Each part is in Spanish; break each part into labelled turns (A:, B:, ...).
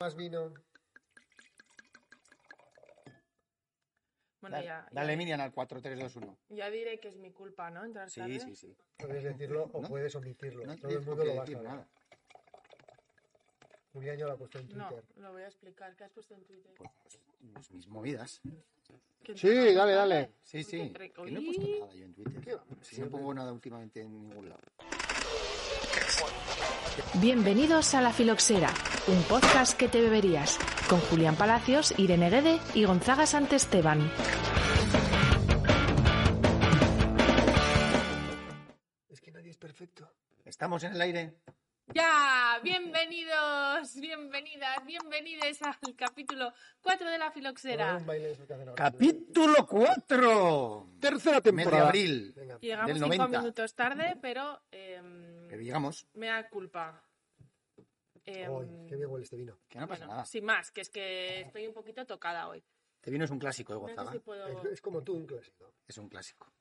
A: más vino.
B: Bueno,
C: Dale,
B: ya, ya,
C: dale Minion al 4, 3, 2, 1.
B: ya diré que es mi culpa, ¿no? Entrar
C: Sí,
B: tarde.
C: sí, sí.
A: Puedes decirlo o
C: Eh, No,
A: puedes omitirlo.
C: No
A: Todo el
C: tienes por
A: mundo
C: qué
A: lo va a
C: decir
A: saber.
C: nada.
A: Julián ya lo ha puesto en
B: No,
A: Twitter.
B: lo voy a explicar. ¿Qué has puesto en Twitter?
C: Pues, pues mis movidas.
B: Que
A: Sí, dale,
B: entramos tarde.
A: dale.
C: Sí,
B: Porque
C: sí.
B: entre-
C: Que no he puesto
B: Uy.
C: nada yo en Twitter.
A: ¿Qué va?
C: Si no pongo nada últimamente en ningún lado.
D: Bienvenidos a La Filoxera, un podcast que te beberías, con Julián Palacios, Irene Guede y Gonzaga Santesteban.
A: Es que nadie es perfecto.
C: Estamos en el aire.
B: Ya, bienvenidos, bienvenidas, bienvenides al capítulo 4 de la
A: Poner
B: filoxera.
A: un baile de eso que hacen ahora.
C: Capítulo 4.
A: Tercera
C: Mes de abril.
A: Venga,
B: Llegamos
C: Del
B: 5
C: 90.
B: minutos tarde, pero eh,
C: Que digamos
B: me da culpa. Eh,
A: Uy, qué bien huele este vino.
C: que no pasa
B: bueno,
C: nada.
B: sin más, que es que estoy un poquito tocada hoy.
C: Este vino es un clásico de
B: No sé
C: Gonzaga.
B: si puedo-
A: Es, es como tú, un clásico.
C: Es un clásico.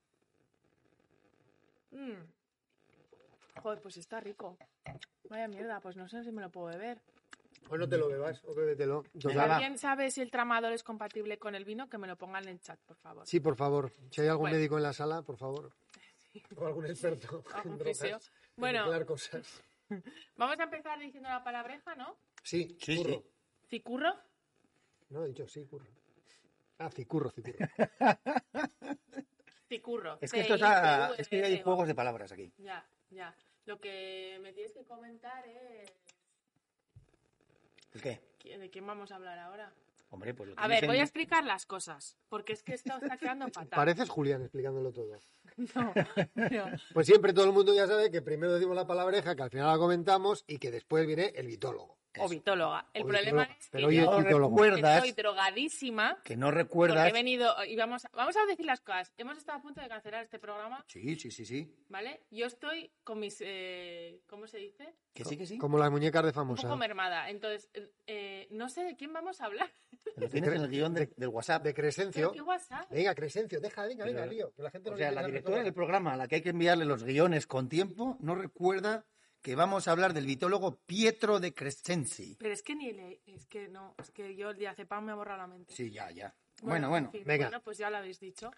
B: Mm. Joder, pues está rico. Vaya mierda, pues no sé si me lo puedo beber.
C: Pues
A: O no te lo bebas, o bébetelo.
B: Si
C: Nada.
B: alguien sabe si el tramador es compatible con el vino, que me lo pongan en el chat, por favor.
A: Sí, por favor. Si hay algún
B: Bueno.
A: médico en la sala, por favor. O algún experto en
B: Algún
A: drogas. en
B: fisio. oh. Bueno.
A: mezclar cosas.
B: Vamos a empezar diciendo la palabreja, ¿no?
A: Sí,
C: Sí,
A: curro.
C: sí.
B: Cicurro.
A: No, he dicho sí, curro. Ah, cicurro, cicurro.
B: Cicurro.
C: Es que, esto está, es que hay juegos de palabras aquí.
B: Ya, ya. Lo que me tienes que comentar es...
C: ¿El qué?
B: ¿qui- ¿De quién vamos a hablar ahora?
C: Hombre, pues lo
B: A
C: tienes
B: ver, voy
C: en-
B: a explicar las cosas, porque es que esto está quedando fatal.
A: Pareces Julián explicándolo todo.
B: No, no.
A: Pues siempre todo el mundo ya sabe que primero decimos la palabreja, que al final la comentamos y que después viene el vitólogo.
B: O vitóloga. El
A: O
B: problema
A: vitóloga.
B: es que
A: Pero hoy
B: yo
A: es vitólogo.
C: recuerdas
B: estoy drogadísima
C: que no
B: porque he
C: recuerdas.
B: venido... Y vamos, a- vamos a decir las cosas. Hemos estado a punto de cancelar este programa,
C: Sí, sí, sí, sí.
B: ¿vale? Yo estoy con mis... eh, ¿Cómo se dice?
C: Que sí, que sí.
A: Como las muñecas de
B: Un poco
A: famosa.
B: mermada. Entonces, eh, eh, no sé de quién vamos a hablar.
C: Lo tienes en el guión de- del WhatsApp.
A: De
B: Pero
A: Crescencio.
B: qué WhatsApp.
A: Venga, Crescencio, deja, venga, venga,
C: Pero-
A: lío. Que la gente
C: O
A: no
C: sea,
A: quiere
C: la
A: saber
C: directora
A: todo.
C: del programa a la que hay que enviarle los guiones con tiempo no recuerda que vamos a hablar del vitólogo Pietro de Crescenzi.
B: Pero es que ni le... Es que no, es que yo el diazepam me ha borrado la mente.
C: Sí, ya, ya. Bueno, bueno.
B: en fin,
A: venga.
B: Bueno, pues ya lo habéis dicho.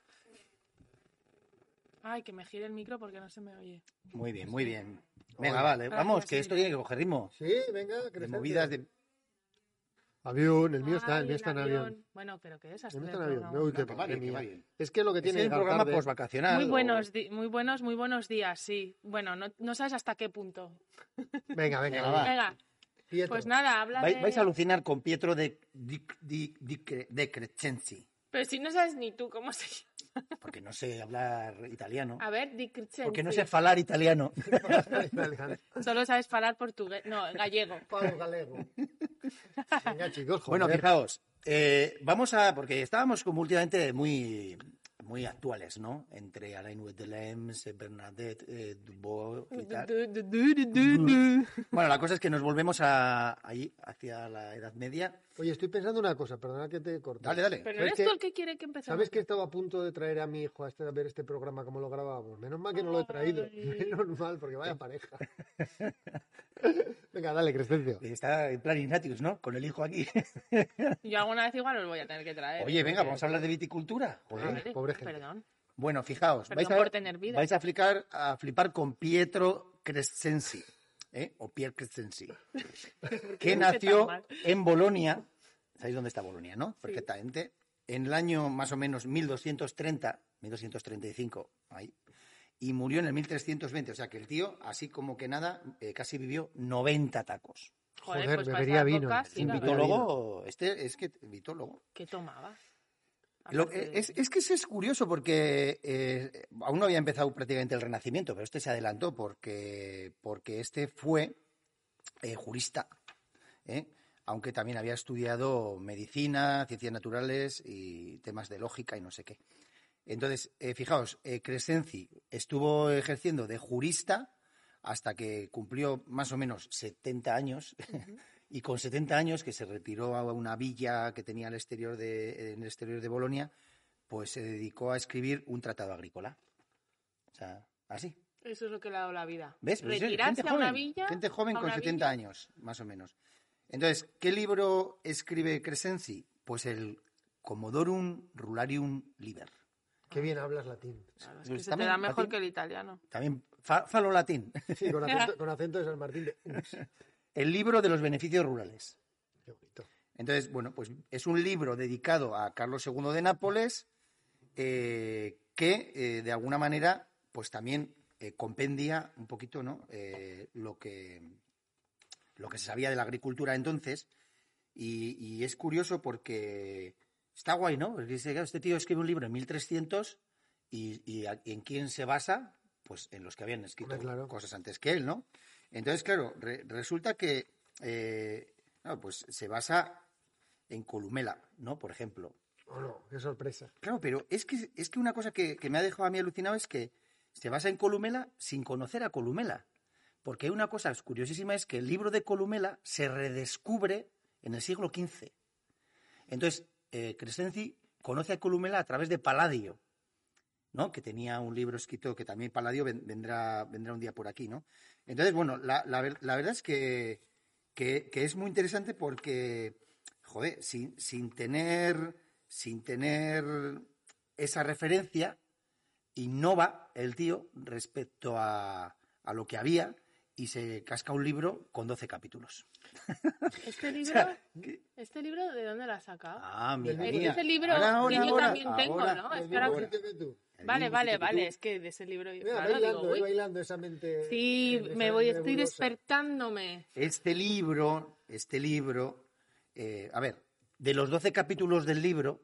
B: Ay, que me gire el micro porque no se me oye.
C: Muy bien, muy bien. Venga,
A: Hola.
C: vale. Vamos,
B: Gracias,
C: que esto
B: Silvia.
C: tiene que coger ritmo.
A: Sí, venga,
C: De
A: Crescencio.
C: movidas de...
A: Avión, el mío está, el
B: Ay,
A: mío está en avión.
B: Bueno, pero que es
A: El
B: así.
A: mío está en avión. Uy, qué
C: No, que va bien, que va
A: mía.
C: bien.
A: Es que lo que
C: Es
A: tiene que
C: un
A: llegar
C: programa
A: tarde-
C: posvacacional.
B: Muy
C: o-
B: buenos, di- muy buenos, muy buenos días, sí. Bueno, no, no sabes hasta qué punto.
A: Venga, venga,
C: Venga,
A: va.
C: va.
B: Venga,
A: Pietro.
B: pues nada, habla
C: Vais,
B: de-
C: vais a alucinar con Pietro de, di- di- di- Cre- de Crescenzi,
B: Pero si no sabes ni tú cómo se llama.
C: porque no sé hablar italiano,
B: A ver, Dick Ah, Crescenzi.
C: porque no sé hablar italiano.
B: Solo sabes hablar portugués. No, gallego.
A: Pablo Galego. Venga, chicos, joder.
C: Bueno, fijaos, eh, vamos a, porque estábamos como últimamente muy, muy actuales, ¿no? Entre Alain Wettelens, eh, Bernadette eh, Dubois y tal.
B: Du- du- du- du- du- du.
C: Bueno, la cosa es que nos volvemos a, ahí, hacia la Edad Media.
A: Oye, estoy pensando una cosa, perdona que te corte.
C: Dale, dale.
B: Pero
A: ¿Sabes
B: eres
A: qué?
B: tú el que quiere que empezamos.
A: ¿Sabes que estaba a punto de traer a mi hijo a, este- a ver este programa como lo grabábamos? Menos mal que no lo he traído.
B: Ay.
A: Menos mal, porque vaya pareja. Venga, dale, Crescencio.
C: Está en plan Ignatius, ¿no? Con el hijo aquí.
B: Yo alguna vez igual los voy a tener que traer.
C: Oye, venga, vamos a hablar de viticultura. Joder.
A: hablar. Pobre gente.
B: Perdón.
C: Bueno, fijaos,
B: Perdón
C: vais a,
B: por tener vida.
C: vais a flipar, a flipar con Pietro Crescenzi, ¿eh? o Pierre Crescenzi, que
B: lo hice tan
C: nació
B: mal?
C: en Bolonia, ¿sabéis dónde está Bolonia, no? Perfectamente, en el año más o menos 1230, 1235, ahí, y murió en el 1320, o sea que el tío, así como que nada, eh, casi vivió 90 tacos.
B: Joder,
A: Joder,
B: pues
A: bebería
B: pasar
A: vino.
B: bocas,
A: Sí,
B: ir a
A: vino.
B: ver
C: Vitólogo, este es que, vitólogo,
B: ¿Qué tomaba?
C: lo-
B: Aparte de-
C: es, es que eso es curioso porque eh, aún no había empezado prácticamente el Renacimiento, pero este se adelantó porque, porque este fue eh, jurista, ¿eh? aunque también había estudiado medicina, ciencias naturales y temas de lógica y no sé qué. Entonces, eh, fijaos, eh, Crescenzi estuvo ejerciendo de jurista hasta que cumplió más o menos 70 años y con 70 años que se retiró a una villa que tenía al exterior de, en el exterior de Bolonia, pues se dedicó a escribir un tratado agrícola. O sea, así.
B: Eso es lo que le ha dado la vida.
C: ¿Ves? Pues es
B: Retirarse
C: gente
B: a una
C: joven,
B: villa.
C: gente joven
B: a
C: con
B: una
C: 70
B: villa.
C: años, más o menos. Entonces, ¿qué libro escribe Crescenzi? Pues el Commodorum Rularium Liber.
A: Qué bien hablas latín.
B: Claro, es que
C: Pues
B: se te
C: también
B: da mejor
C: latín.
B: que el italiano.
C: También fa- falo latín.
A: Sí, con acento, con acento de San Martín de... Ups,
C: El libro de los beneficios rurales.
A: qué bonito.
C: Entonces, bueno, pues es un libro dedicado a Carlos II de Nápoles eh, que, eh, de alguna manera, pues también eh, compendia un poquito, ¿no? Eh, lo que lo que se sabía de la agricultura entonces. Y, y es curioso porque está guay, ¿no? Porque dice, claro, este tío escribe un libro en 1300 y, y a- en quién se basa, pues en los que habían escrito
A: Hombre, claro.
C: cosas antes que él, ¿no? Entonces, claro, re- resulta que eh, claro, pues se basa en Columela, ¿no? Por ejemplo.
A: Oh, no, qué sorpresa.
C: Claro, pero es que, es que una cosa que, que me ha dejado a mí alucinado es que se basa en Columela sin conocer a Columela. Porque hay una cosa curiosísima es que el libro de Columela se redescubre en el siglo XV. Entonces, eh, Crescenzi conoce a Columela a través de Paladio, ¿no? que tenía un libro escrito que también Paladio ven- vendrá, vendrá un día por aquí. ¿no? Entonces, bueno, la, la ver- la verdad es que, que- que es muy interesante porque, joder, sin, sin tener, sin tener esa referencia, innova el tío respecto a, a lo que había y se casca un libro con 12 capítulos.
B: Este
C: O
B: libro,
C: sea, que-
B: ¿Este libro de dónde lo has sacado?
C: ah, mira,
A: Del-
C: mira.
B: Ese libro
C: Ahora,
B: que
C: ahora,
B: yo
C: ahora,
B: también tengo,
C: ahora.
B: ¿no?
A: Del
B: Espera,
A: mismo
B: que-
A: sitio que tú.
C: El
B: Vale,
C: mismo
B: vale,
C: sitio que
B: vale.
C: tú.
B: Es que de ese libro...
A: Mira,
B: claro,
A: bailando,
B: digo,
A: ahí
B: uy,
A: bailando esa mente.
E: Sí,
A: esa
E: me voy,
A: mente
E: estoy
A: nebulosa.
E: despertándome.
C: Este libro, este libro, eh, a ver, de los 12 capítulos del libro,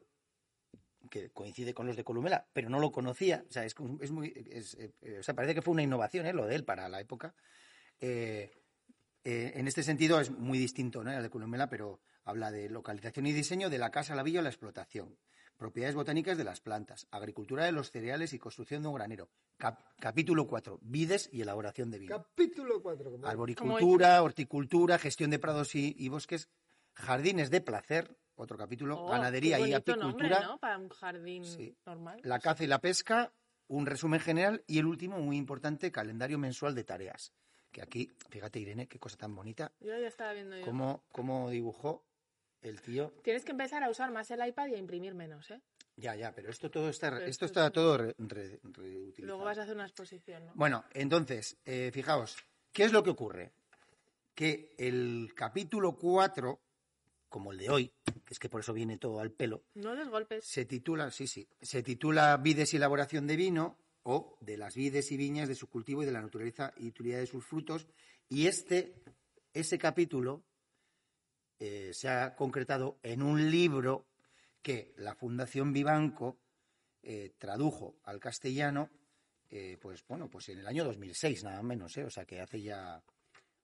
C: que coincide con los de Columela, pero no lo conocía, o sea, es, como- es muy, es, eh, eh, o sea, parece que fue una innovación, eh, lo de él para la época. Eh, eh, en este sentido es muy distinto, ¿no? Al de Columela, pero habla de localización y diseño de la casa, la villa o la explotación, propiedades botánicas de las plantas, agricultura de los cereales y construcción de un granero. Cap- capítulo 4, vides y elaboración de vino.
A: Capítulo 4.
C: Arboricultura, horticultura, gestión de prados y, y bosques, jardines de placer, otro capítulo,
B: oh,
C: ganadería
B: qué
C: y
B: bonito
C: apicultura,
B: nombre, ¿no? Para un jardín
C: Sí.
B: normal.
C: la caza y la pesca, un resumen general y el último, muy importante, calendario mensual de tareas. Que aquí, fíjate Irene, qué cosa tan bonita,
B: Yo ya estaba viendo yo.
C: cómo, cómo dibujó el tío.
B: Tienes que empezar a usar más el iPad y a imprimir menos, ¿eh?
C: Ya, ya, pero esto todo está,
B: Pero esto
C: esto está
B: es-
C: todo re- re- reutilizado.
B: Luego vas a hacer una exposición, ¿no?
C: Bueno, entonces, eh, fijaos, ¿qué es lo que ocurre? Que el capítulo 4, como el de hoy, que es que por eso viene todo al pelo,
B: No des golpes.
C: se titula, sí, sí, se titula Vides y elaboración de vino o de las vides y viñas de su cultivo y de la naturaleza y utilidad de sus frutos. Y este, ese capítulo eh, se ha concretado en un libro que la Fundación Vivanco eh, tradujo al castellano, eh, pues bueno, pues en el año 2006 nada menos, ¿eh? o sea que hace ya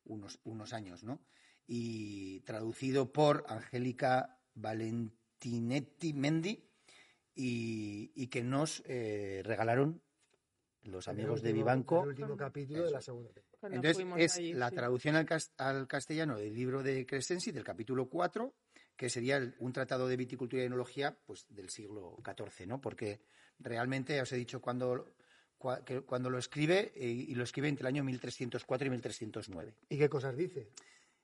C: unos, unos años, ¿no? Y traducido por Angélica Valentinetti Mendi y, y que nos eh, regalaron los amigos de Vivanco.
A: El último capítulo de la segunda temporada.
B: Cuando
C: Entonces,
B: fuimos
C: es
B: allí,
C: la
B: sí.
C: traducción al, cas- al castellano del libro de Crescenzi, del capítulo 4, que sería el- un tratado de viticultura y enología pues, del siglo XIV, ¿no? Porque realmente, ya os he dicho, cuando, cua- que- cuando lo escribe, eh, y lo escribe entre el año 1304 y 1309.
A: ¿Y qué cosas dice?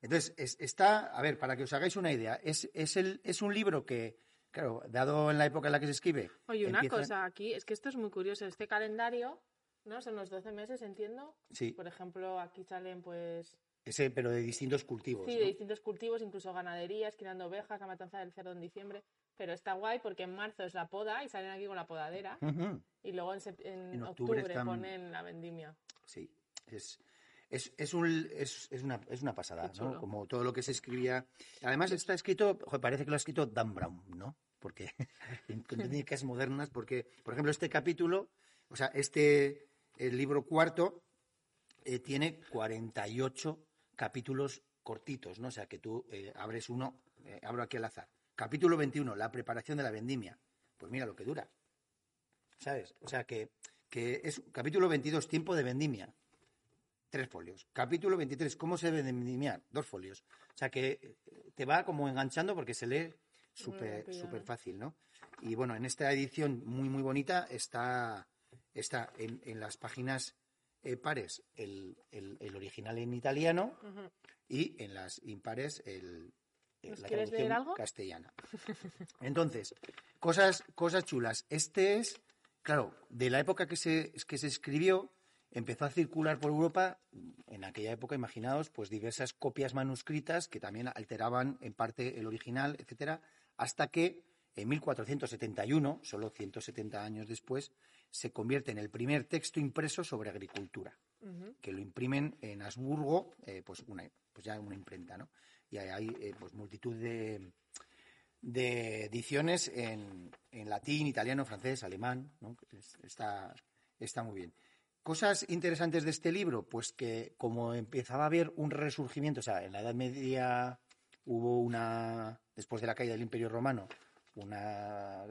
C: Entonces, es- está, a ver, para que os hagáis una idea, es, es, el, es un libro que, claro, dado en la época en la que se escribe...
B: Oye, una
C: empiezan-
B: cosa aquí, es que esto es muy curioso. Este calendario, ¿no? Son los 12 meses, entiendo.
C: Sí,
B: Por ejemplo, aquí salen, pues,
C: ese, pero de distintos cultivos.
B: sí,
C: ¿no?
B: de distintos cultivos, incluso ganaderías, criando ovejas, la matanza del cerdo en diciembre. Pero está guay porque en marzo es la poda y salen aquí con la podadera.
C: Ujú.
B: Y luego en, sep- en
C: En octubre
B: octubre,
C: están-
B: ponen la vendimia.
C: Sí, es, es, es, un, es, es una, es una pasada,
B: Qué
C: ¿no?
B: chulo.
C: Como todo lo que se escribía. Además está escrito, joder, parece que lo ha escrito Dan Brown, ¿no? Porque en técnicas modernas, porque, por ejemplo, este capítulo, o sea, este el libro cuarto eh, tiene 48 capítulos cortitos, ¿no? O sea, que tú eh, abres uno, eh, abro aquí al azar. Capítulo 21, la preparación de la vendimia. Pues mira lo que dura, ¿sabes? O sea, que, que es capítulo 22, tiempo de vendimia tres folios. Capítulo 23, ¿cómo se debe de minimizar? Dos folios. O sea que eh, te va como enganchando porque se lee súper
B: rápido,
C: súper
B: ¿no?
C: fácil, ¿no? Y bueno, en esta edición muy, muy bonita está, está en, en las páginas eh, pares el, el- el original en italiano
B: Ujú.
C: y en las impares el, que
B: ¿Nos
C: la
B: quieres leer
C: traducción
B: algo?
C: castellana. Entonces, cosas, cosas chulas. Este es, claro, de la época que se, que se escribió, empezó a circular por Europa, en aquella época, imaginaos, pues diversas copias manuscritas que también alteraban en parte el original, etcétera, hasta que en 1471, solo 170 años después, se convierte en el primer texto impreso sobre agricultura
B: Ujú.
C: que lo imprimen en Habsburgo, eh, pues, una, pues ya una imprenta, ¿no? Y ahí hay eh, pues multitud de, de ediciones en, en latín, italiano, francés, alemán, ¿no? Es- Está, está muy bien. Cosas interesantes de este libro, pues que como empezaba a haber un resurgimiento, o sea, en la Edad Media hubo una, después de la caída del Imperio Romano, una,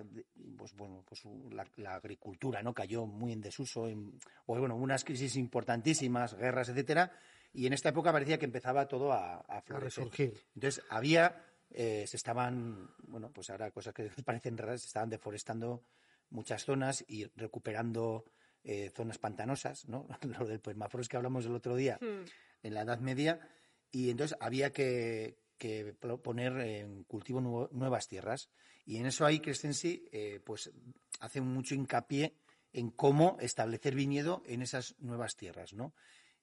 C: pues bueno, pues un- la, la agricultura, ¿no? Cayó muy en desuso, en, o bueno, unas crisis importantísimas, guerras, etcétera, y en esta época parecía que empezaba todo a, a
A: a
C: florecer.
A: resurgir.
C: Entonces había, eh, se estaban, bueno, pues ahora cosas que nos parecen raras, se estaban deforestando muchas zonas y recuperando eh, zonas pantanosas, ¿no? Lo del permafrost que hablamos el otro día
B: Hmm.
C: en la Edad Media, y entonces había que, que plo- poner en cultivo nuevo- nuevas tierras. Y en eso ahí Crescenzi eh, pues, hace mucho hincapié en cómo establecer viñedo en esas nuevas tierras, ¿no?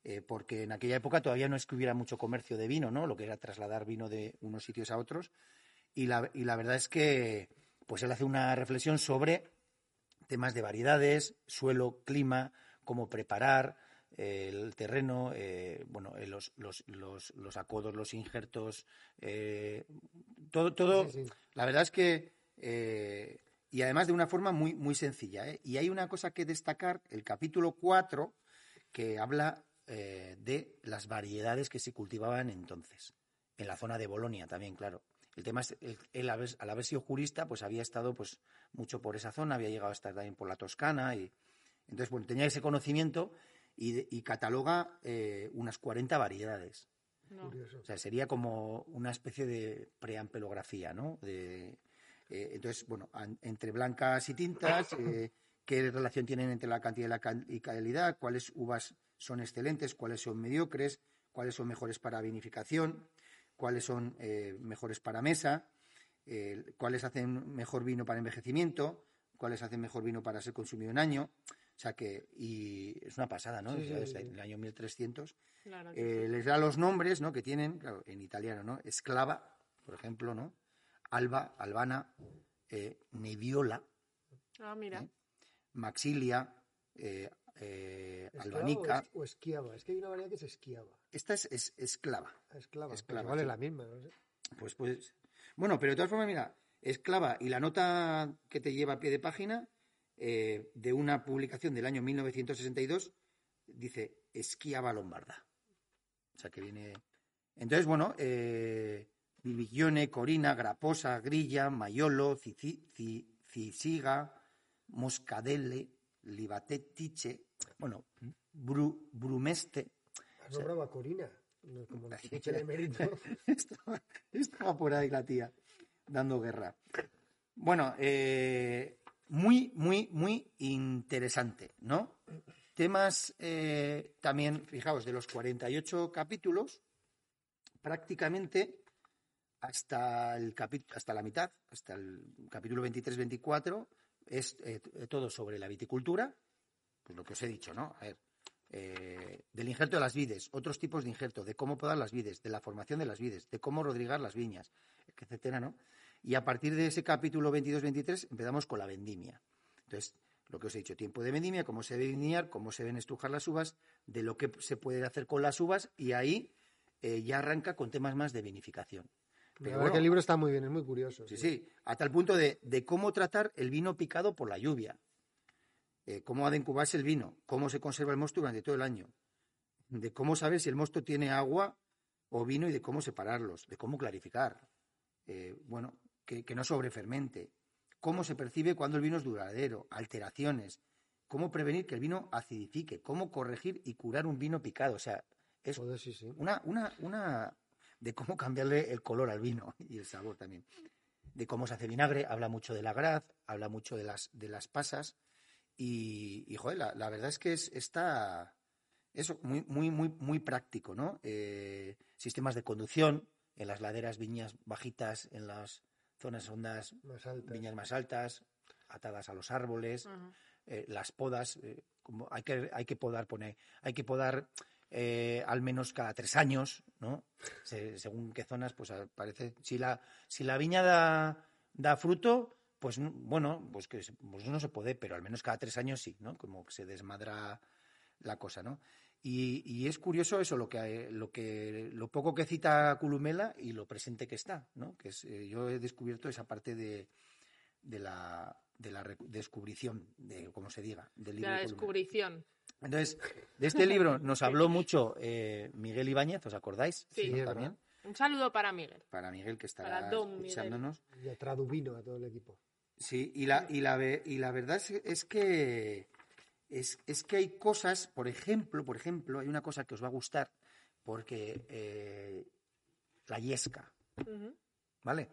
C: Eh, porque en aquella época todavía no es que hubiera mucho comercio de vino, ¿no? Lo que era trasladar vino de unos sitios a otros. Y la, y la verdad es que pues él hace una reflexión sobre temas de variedades, suelo, clima, cómo preparar eh, el terreno, eh, bueno, eh, los, los, los, los acodos, los injertos, eh, todo, todo,
A: Sí, sí.
C: la verdad es que, eh, y además de una forma muy, muy sencilla. ¿eh? Y hay una cosa que destacar, el capítulo 4, que habla eh, de las variedades que se cultivaban entonces, en la zona de Bolonia también, claro. El tema es, el- él haber- al haber sido jurista, pues había estado pues mucho por esa zona, había llegado a estar también por la Toscana, y entonces, bueno, tenía ese conocimiento y, de- y cataloga eh, unas 40 variedades.
B: No.
A: Curioso.
C: O sea, sería como una especie de preampelografía, ¿no? De, eh, entonces, bueno, an- entre blancas y tintas, eh, ¿qué relación tienen entre la cantidad y la cal- y calidad? ¿Cuáles uvas son excelentes? ¿Cuáles son mediocres? ¿Cuáles son mejores para vinificación? ¿Cuáles son eh, mejores para mesa? Eh, ¿Cuáles hacen mejor vino para envejecimiento? ¿Cuáles hacen mejor vino para ser consumido en año? O sea que, y es una pasada, ¿no?
A: Sí, sí,
C: O sea,
A: sí,
C: desde
A: sí.
C: el año 1300
B: Claro que sí.
C: eh, les da los nombres ¿no? que tienen, claro, en italiano, ¿no? Esclava, por ejemplo, ¿no? Alba, Albana, eh, Neviola,
B: Ah, mira.
C: ¿eh? Maxilia, eh, eh,
A: ¿Esclava
C: Albanica.
A: O, es- o esquiaba. Es que hay una variedad que se esquiaba.
C: Esta es, es esclava.
A: Esclava.
C: Esclava,
A: Esclava, vale
C: sí.
A: la misma. no sé.
C: Pues, pues. Bueno, pero de todas formas, mira, esclava y la nota que te lleva a pie de página eh, de una publicación del año 1962 dice esquiava lombarda. O sea que viene. Entonces, bueno, eh, Bibiglione, Corina, Graposa, Grilla, Maiolo, Cici- Ci- Cisiga, Moscadelle, Libatetiche, bueno, Bru- Brumeste,
A: Has nombrado a Corina. no, Como la ficha de mérito.
C: estaba, estaba por ahí la tía, dando guerra. Bueno, eh, muy, muy, muy interesante, ¿no? Temas eh, también, fijaos, de los 48 capítulos, prácticamente hasta, el capi- hasta la mitad, hasta el capítulo 23-24, es eh, t- todo sobre la viticultura, pues lo que os he dicho, ¿no? A ver, eh, del injerto de las vides, otros tipos de injerto, de cómo podar las vides, de la formación de las vides, de cómo rodrigar las viñas, etcétera, ¿no? Y a partir de ese capítulo 22-23 empezamos con la vendimia. Entonces, lo que os he dicho, tiempo de vendimia, cómo se debe viñar, cómo se deben estrujar las uvas, de lo que se puede hacer con las uvas y ahí eh, ya arranca con temas más de vinificación.
A: La
C: Pero
A: verdad
C: bueno,
A: que el libro está muy bien, es muy curioso.
C: Sí, sí, hasta el punto de, de cómo tratar el vino picado por la lluvia, eh, cómo ha de incubarse el vino, cómo se conserva el mosto durante todo el año, de cómo saber si el mosto tiene agua o vino y de cómo separarlos, de cómo clarificar, eh, bueno, que, que no sobrefermente, cómo se percibe cuando el vino es duradero, alteraciones, cómo prevenir que el vino acidifique, cómo corregir y curar un vino picado, o sea, es
A: Joder, sí, sí.
C: una, una, una de cómo cambiarle el color al vino y el sabor también. De cómo se hace vinagre, habla mucho de la graz, habla mucho de las, de las pasas. Y, y, joder, la, la verdad es que es, está eso, muy, muy, muy, muy práctico, ¿no? Eh, sistemas de conducción, en las laderas viñas bajitas, en las zonas hondas
A: Más altas.
C: viñas más altas, atadas a los árboles,
B: Ajá.
C: eh, las podas, eh, como hay que, hay que podar, pone, hay que podar eh, al menos cada tres años, ¿no? Se- según qué zonas, pues a- parece, si la, si la viña da, da fruto, pues n- bueno, pues que se- pues no se puede, pero al menos cada tres años sí, ¿no? Como que se desmadra la cosa, ¿no? Y, y es curioso eso, lo que, lo que lo poco que cita Columela y lo presente que está, ¿no? Que es, eh, yo he descubierto esa parte de, de la, de la re- descubrición, de como se diga, del
B: De
C: libro.
B: la
C: de Columela.
B: descubrición.
C: Entonces, de este libro nos habló mucho eh, Miguel Ibáñez, ¿os acordáis?
B: Sí.
C: ¿No?
A: Sí, es
C: también.
B: Un saludo para Miguel.
C: Para Miguel, que estará
B: Para don Miguel.
C: escuchándonos.
A: Y a Traduvino a todo el equipo.
C: Sí, y la, y la, ve- y la verdad es, es que es, es que hay cosas, por ejemplo, por ejemplo, hay una cosa que os va a gustar, porque eh, la yesca,
B: Ujú.
C: ¿vale?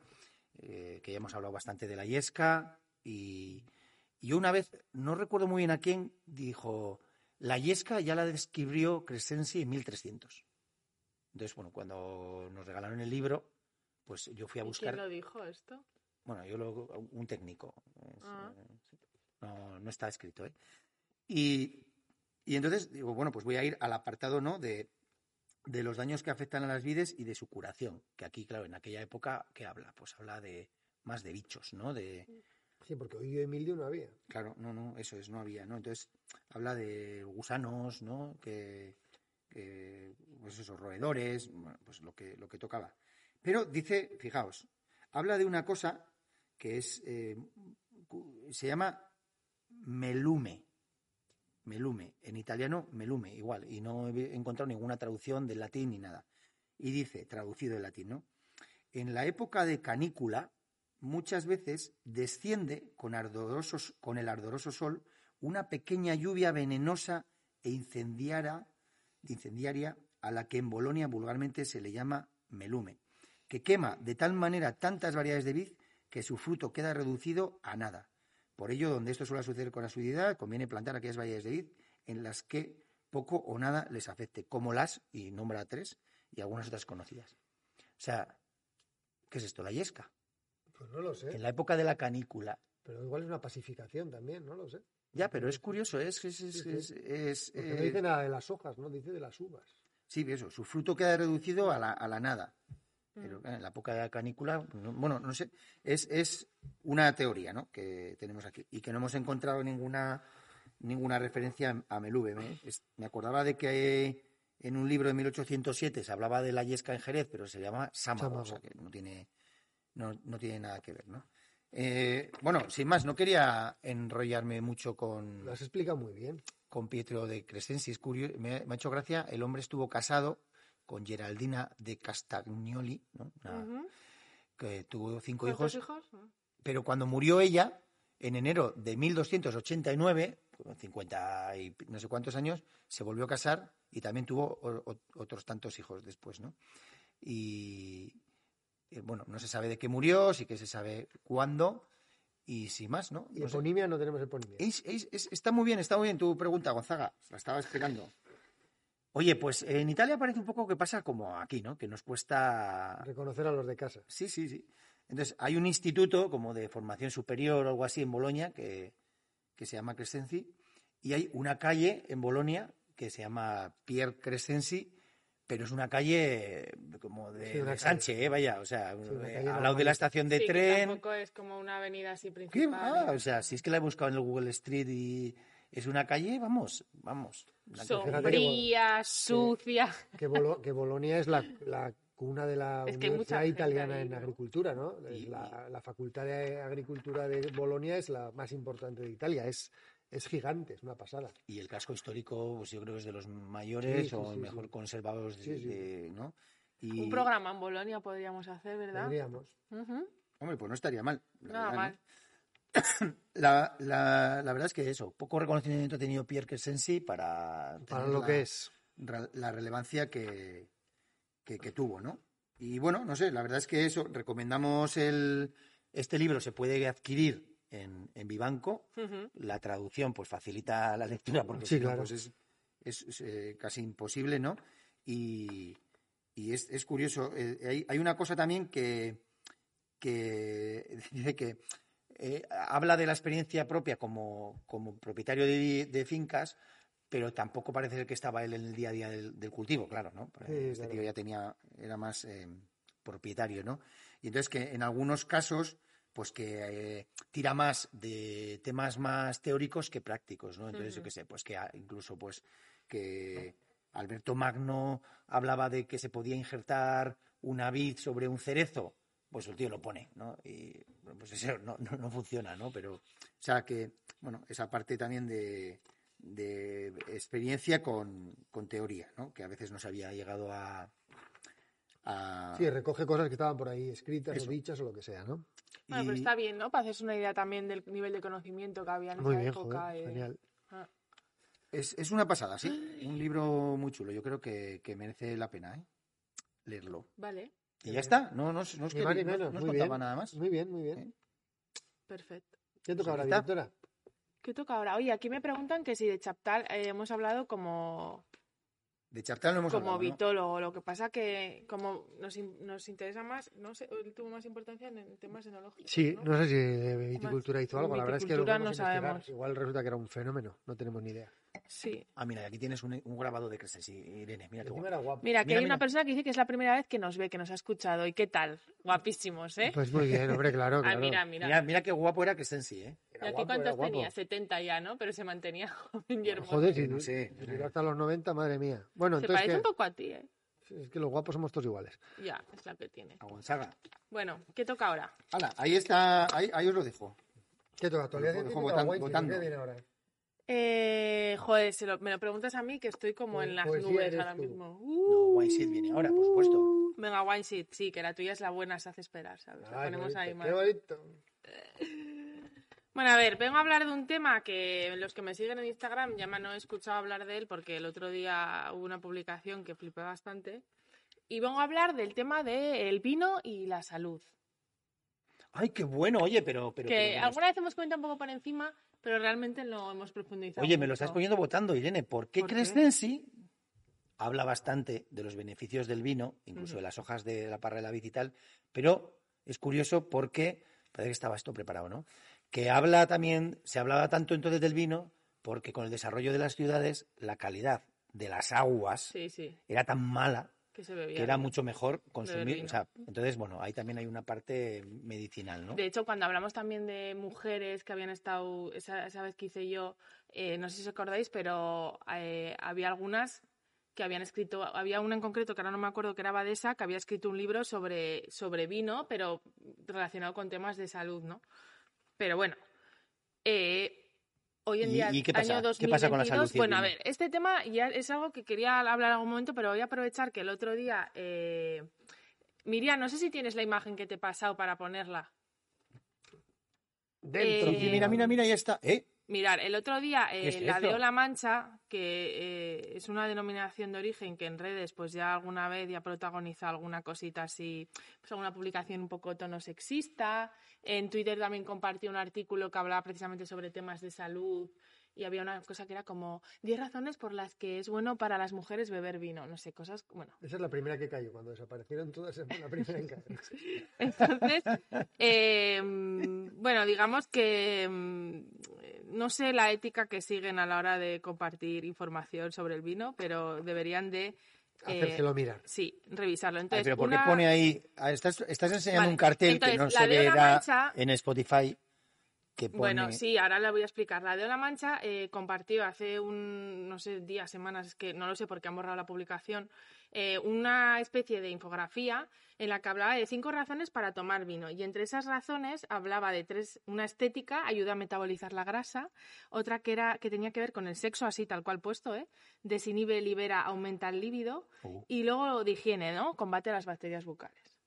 C: Eh, que ya hemos hablado bastante de la yesca y, y yo una vez, no recuerdo muy bien a quién, dijo, la yesca ya la describió Crescenzi en 1300. Entonces, bueno, cuando nos regalaron el libro, pues yo fui a
B: ¿Y
C: buscar...
B: ¿Quién lo dijo esto?
C: Bueno, yo lo, un técnico. es,
B: Ah.
C: eh, sí. no, no está escrito, ¿eh? Y, y entonces digo, bueno, pues voy a ir al apartado, ¿no? De, de los daños que afectan a las vides y de su curación. Que aquí, claro, en aquella época, ¿qué habla? Pues habla de más de bichos, ¿no? De,
A: Sí, porque hoy Emilio no había.
C: Claro, no, no, eso es, no había, ¿no? Entonces, habla de gusanos, ¿no? Que, que, pues esos roedores, bueno, pues lo que, lo que tocaba. Pero dice, fijaos, habla de una cosa que es, eh, cu- se llama melume, melume, en italiano melume, igual, y no he encontrado ninguna traducción del latín ni nada. Y dice, traducido del latín, ¿no? En la época de canícula, muchas veces desciende con, ardorosos- con el ardoroso sol una pequeña lluvia venenosa e incendiara- incendiaria a la que en Bolonia vulgarmente se le llama melume, que quema de tal manera tantas variedades de vid que su fruto queda reducido a nada. Por ello, donde esto suele suceder con asiduidad, conviene plantar aquellas variedades de vid en las que poco o nada les afecte, como las, y nombra tres, y algunas otras conocidas. O sea, ¿qué es esto? La yesca.
A: Pues no lo sé.
C: En la época de la canícula.
A: Pero igual es una pacificación también, no lo sé.
C: Ya, pero es curioso, ¿eh? es, es, es,
A: Sí, sí.
C: es- es,
A: Porque
C: eh,
A: no dice nada de las hojas, ¿no? Dice de las uvas.
C: sí, eso, su fruto queda reducido a la, a la nada. Pero
B: Mm.
C: claro, en la época de la canícula, no- bueno, no sé, es, es una teoría, ¿no? Que tenemos aquí y que no hemos encontrado ninguna ninguna referencia a Meluve. Me, es- me acordaba de que en un libro de 1807 se hablaba de la yesca en Jerez, pero se llama Sámago, o sea que no tiene no, no tiene nada que ver, ¿no? Eh, bueno, sin más, no quería enrollarme mucho con
A: Las explica muy bien.
C: con Pietro de Crescenzi. Es curio- me, ha- me ha hecho gracia, el hombre estuvo casado con Geraldina de Castagnoli, ¿no? Una-
B: Ujú.
C: que tuvo cinco
B: ¿Cuántos
C: hijos,
B: hijos?
C: pero cuando murió ella, en enero de 1289, con 50 y no sé cuántos años, se volvió a casar y también tuvo o- o- otros tantos hijos después, ¿no? Y eh, bueno, no se sabe de qué murió, sí que se sabe cuándo y sin más, ¿no?
A: Y
C: No sé.
A: eponimia no tenemos eponimia.
C: pues Es- es- es- está muy bien, está muy bien tu pregunta, Gonzaga. La estaba esperando. Oye, pues en Italia parece un poco que pasa como aquí, ¿no? Que nos cuesta.
A: Reconocer a los de casa.
C: Sí, sí, sí. Entonces, hay un instituto como de formación superior o algo así en Bolonia que, que se llama Crescenzi y hay una calle en Bolonia que se llama Pier Crescenzi, pero es una calle como de,
A: Sí, una
C: de
A: calle.
C: Sánchez, ¿eh? vaya, o sea,
A: una
C: eh,
A: calle
C: al lado de la
A: normalita.
C: estación de
B: Sí, que
C: tren.
B: Tampoco es como una avenida así
C: ¿Qué
B: principal.
C: va?
B: ¿eh?
C: O sea, si es que la he buscado en el Google Street y es una calle, vamos, vamos. Una
A: So-
C: calle-
B: Sombría, sucia.
A: Que, Bolo- que Bolonia es la, la cuna de la
B: Es que hay mucha
A: Universidad
B: gente
A: Italiana
B: ahí,
A: en
B: ¿no?
A: Agricultura, ¿no?
C: Y-
A: La, la Facultad de Agricultura de Bolonia es la más importante de Italia. Es, es gigante, es una pasada.
C: Y el casco histórico, pues yo creo que es de los mayores
A: Sí, sí,
C: o
A: sí,
C: mejor
A: sí.
C: conservados de,
A: Sí, sí.
C: de- ¿no? Y,
B: Un programa en Bolonia podríamos hacer, ¿verdad?
A: Podríamos.
B: Ujú.
C: Hombre, pues no estaría mal. la
B: Nada
C: verdad, ¿no?
B: mal.
C: La, la- la verdad es que eso, poco reconocimiento ha tenido Pierre Kersensi para...
A: Para
C: tener
A: lo
C: la-
A: que es.
C: ra- la relevancia que, que- que tuvo, ¿no? Y bueno, no sé, la verdad es que eso, recomendamos el, este libro, se puede adquirir en, en Vivanco,
B: Ujú.
C: la traducción pues facilita la lectura porque
A: Sí,
C: si no,
A: claro.
C: pues, es, es- es, eh, casi imposible, ¿no? Y, Y es, es curioso, eh, hay, hay una cosa también que, que dice que eh, habla de la experiencia propia como, como propietario de, de fincas, pero tampoco parece ser que estaba él en el día a día del, del cultivo, claro, ¿no?
A: Sí,
C: este
A: claro.
C: tío ya tenía, era más eh, propietario, ¿no? Y entonces que en algunos casos, pues que eh, tira más de temas más teóricos que prácticos, ¿no? Entonces, yo
B: Ujú.
C: qué sé, pues que a- incluso pues que Alberto Magno hablaba de que se podía injertar una vid sobre un cerezo, pues el tío lo pone, ¿no? Y bueno, pues eso no, no, no funciona, ¿no? Pero, o sea que, bueno, esa parte también de, de experiencia con, con teoría, ¿no? Que a veces no se había llegado a... a-
A: Sí, recoge cosas que estaban por ahí escritas
C: Eso.
A: o dichas o lo que sea, ¿no?
B: Bueno, pero
C: y-
B: está bien, ¿no? Para hacerse una idea también del nivel de conocimiento que había en
A: Muy
B: esa
A: bien,
B: época.
A: joder,
B: eh.
A: genial.
B: Ah.
C: Es, es una pasada, sí. Un libro muy chulo. Yo creo que, que merece la pena ¿eh? leerlo.
B: Vale,
C: Y ya está. No, no, os- no os
A: Ni más ni
C: quería- no-
A: menos,
C: no os
A: muy
C: contaba
A: bien.
C: nada más.
A: Muy bien, muy bien.
C: ¿Eh?
B: perfecto.
A: ¿Qué toca ahora,
C: Ahí está.
A: directora?
B: ¿Qué toca ahora? Oye, aquí me preguntan que si de Chaptal eh, hemos hablado como,
C: De Chaptal no hemos
B: como
C: hablado, ¿no?
B: vitólogo. Lo que pasa que como nos, in- nos interesa más, no sé, él tuvo más importancia en, en temas enológicos.
A: Sí,
B: ¿no?
A: no sé si de viticultura hizo algo, la verdad es que lo
B: Viticultura
A: podemos
B: no
A: investigar.
B: sabemos.
A: Igual resulta que era un fenómeno, no tenemos ni idea.
B: Sí.
C: Ah, mira, aquí tienes un, un grabado de Creses, Irene. Mira qué
A: Encima
C: guapo.
A: era guapo.
B: Mira, que
C: Mira,
B: hay una
C: mira.
B: persona que dice que es la primera vez que nos ve, que nos ha escuchado. ¿Y qué tal? Guapísimos, ¿eh?
A: Pues muy bien, hombre, claro,
B: ah,
A: claro.
B: mira, mira.
C: Mira, mira qué guapo era Cresensi, ¿eh?
A: Era
B: ¿Y aquí
A: guapo, era
B: cuántos
A: guapo.
B: tenía? 70 ya, ¿no? Pero se mantenía joven y hermoso.
A: Joder, si
C: No sé.
A: si duró hasta los 90, madre mía. Bueno,
B: se
A: entonces
B: parece
A: ¿qué?
B: un poco a ti, ¿eh?
A: es que los guapos somos todos iguales.
B: Ya, es la que tiene.
C: A Gonzaga.
B: Bueno, ¿qué toca ahora?
C: Hala, ahí está. Ahí, ahí os lo dejo.
A: ¿Qué toca? ¿Actualidad
C: Ojo,
A: científica
C: votan-
A: o Weinstein?
C: votando.
A: ¿Qué viene ahora?
B: Eh, joder, se lo- me lo preguntas a mí que estoy como
C: Eh,
A: Pues-
B: en las
A: pues sí
B: nubes
A: eres
B: ahora
A: tú.
B: mismo.
C: No, Wine Seed viene ahora, por supuesto.
B: Uh, Venga, Wine Seed, sí, que la tuya es la buena, se hace esperar, ¿sabes? La
C: Ah,
A: Ay, qué
B: ponemos
A: bonito,
B: ahí más.
A: Qué bonito.
B: Bueno, a ver, vengo a hablar de un tema que los que me siguen en Instagram ya me han escuchado hablar de él porque el otro día hubo una publicación que flipé bastante. Y vengo a hablar del tema del vino y la salud.
C: Ay, qué bueno. Oye, pero... pero
B: que
C: pero me lo-
B: alguna vez hemos comentado un poco por encima, pero realmente no hemos profundizado.
C: Oye, me lo
B: mucho.
C: estás poniendo votando, Irene. ¿Por qué
B: ¿Por qué?
C: Crescensi habla bastante de los beneficios del vino, incluso
B: Ujú.
C: de las hojas de la parra de la vid y tal? Pero es curioso porque parece que estaba esto preparado, ¿no? Que habla también, se hablaba tanto entonces del vino porque con el desarrollo de las ciudades la calidad de las aguas
B: Sí, sí,
C: era tan mala
B: que se bebía.
C: que era
B: vino.
C: mucho mejor consumir.
B: vino.
C: O sea, entonces, bueno, ahí también hay una parte medicinal, ¿no?
B: De hecho, cuando hablamos también de mujeres que habían estado, esa, esa vez que hice yo, eh, no sé si os acordáis, pero eh, había algunas que habían escrito, había una en concreto que ahora no me acuerdo que era Badesa, que había escrito un libro sobre, sobre vino, pero relacionado con temas de salud, ¿no? Pero bueno, eh, hoy en
C: ¿Y-
B: día,
C: y qué pasa?
B: año
C: ¿Qué
B: 2022,
C: pasa con la salud y el
B: bueno, a
C: vino?
B: ver, este tema ya es algo que quería hablar en algún momento, pero voy a aprovechar que el otro día... eh, Miriam, no sé si tienes la imagen que te he pasado para ponerla.
A: Dentro.
B: Eh,
C: Sí, mira, mira, mira, ya está. ¿Eh?
B: Mirar, el otro día eh,
C: ¿Qué es
B: la
C: eso?
B: de Ola Mancha, que eh, es una denominación de origen que en redes pues ya alguna vez ya protagoniza alguna cosita así, pues alguna publicación un poco tono sexista. En Twitter también compartí un artículo que hablaba precisamente sobre temas de salud y había una cosa que era como 10 razones por las que es bueno para las mujeres beber vino, no sé, cosas, bueno,
A: Esa es la primera que cayó. Cuando desaparecieron todas, esa fue la primera que cayó.
B: Entonces, eh, mm, bueno, digamos que mm, eh, no sé la ética que siguen a la hora de compartir información sobre el vino, pero deberían de, eh,
A: Hacérselo mirar.
B: sí, revisarlo.
C: Ay,
B: Entonces,
C: pero Ah, ¿por qué
B: una-
C: pone ahí? Ah, Estás, estás enseñando
B: Vale,
C: un cartel
B: entonces,
C: que
B: la
C: no se
B: de
C: verá
B: Ola Mancha-
C: en Spotify. Que pone...
B: Bueno, sí, ahora la voy a explicar. La de Ola Mancha eh, compartió hace un, no sé, días, semanas, es que no lo sé porque han borrado la publicación, eh, una especie de infografía en la que hablaba de cinco razones para tomar vino. Y entre esas razones hablaba de tres, una estética, ayuda a metabolizar la grasa, otra que, era, que tenía que ver con el sexo, así tal cual puesto, ¿eh? desinhibe, libera, aumenta el líbido,
C: Uh.
B: y luego de higiene, ¿no? Combate las bacterias bucales.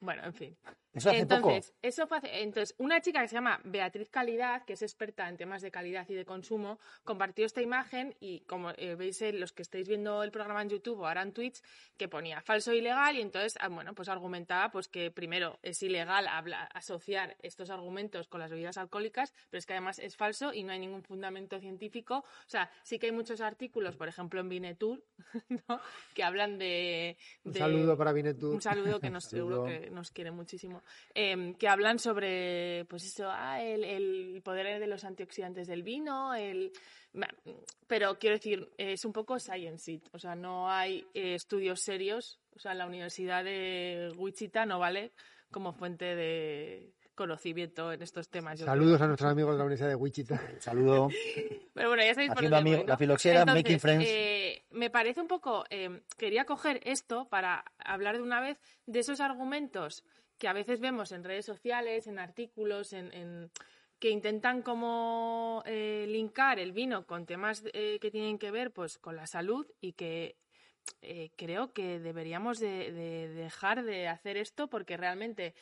B: Bueno, en fin.
C: Eso hace
B: entonces,
C: poco.
B: Eso fue hace- entonces, una chica que se llama Beatriz Calidad, que es experta en temas de calidad y de consumo, compartió esta imagen y como eh, veis eh, los que estáis viendo el programa en YouTube o ahora en Twitch, que ponía falso ilegal y entonces, ah, bueno, pues argumentaba pues que primero es ilegal habla- asociar estos argumentos con las bebidas alcohólicas, pero es que además es falso y no hay ningún fundamento científico. O sea, sí que hay muchos artículos, por ejemplo en Vinetur, ¿no? que hablan de...
A: Un
B: de-
A: saludo para Vinetu.
B: un saludo que nos seguro
C: Saludo.
B: que nos quiere muchísimo. Eh, que hablan sobre, pues eso, ah, el, el poder de los antioxidantes del vino, el... Ma- Pero quiero decir, es un poco science it, o sea, no hay eh, estudios serios, o sea, la Universidad de Wichita no vale como fuente de conocimiento en estos temas. yo creo.
A: Saludos a nuestros amigos de la Universidad de Wichita.
C: Saludo.
B: Pero bueno, ya sabéis por
C: Haciendo
B: dónde voy,
C: amigos,
B: ¿no?
C: la filoxera,
B: Entonces,
C: making friends.
B: eh, me parece un poco. eh, quería coger esto para hablar de una vez de esos argumentos que a veces vemos en redes sociales, en artículos, en. en- que intentan como eh, linkar el vino con temas eh, que tienen que ver pues con la salud y que eh, creo que deberíamos de, de dejar de hacer esto porque realmente,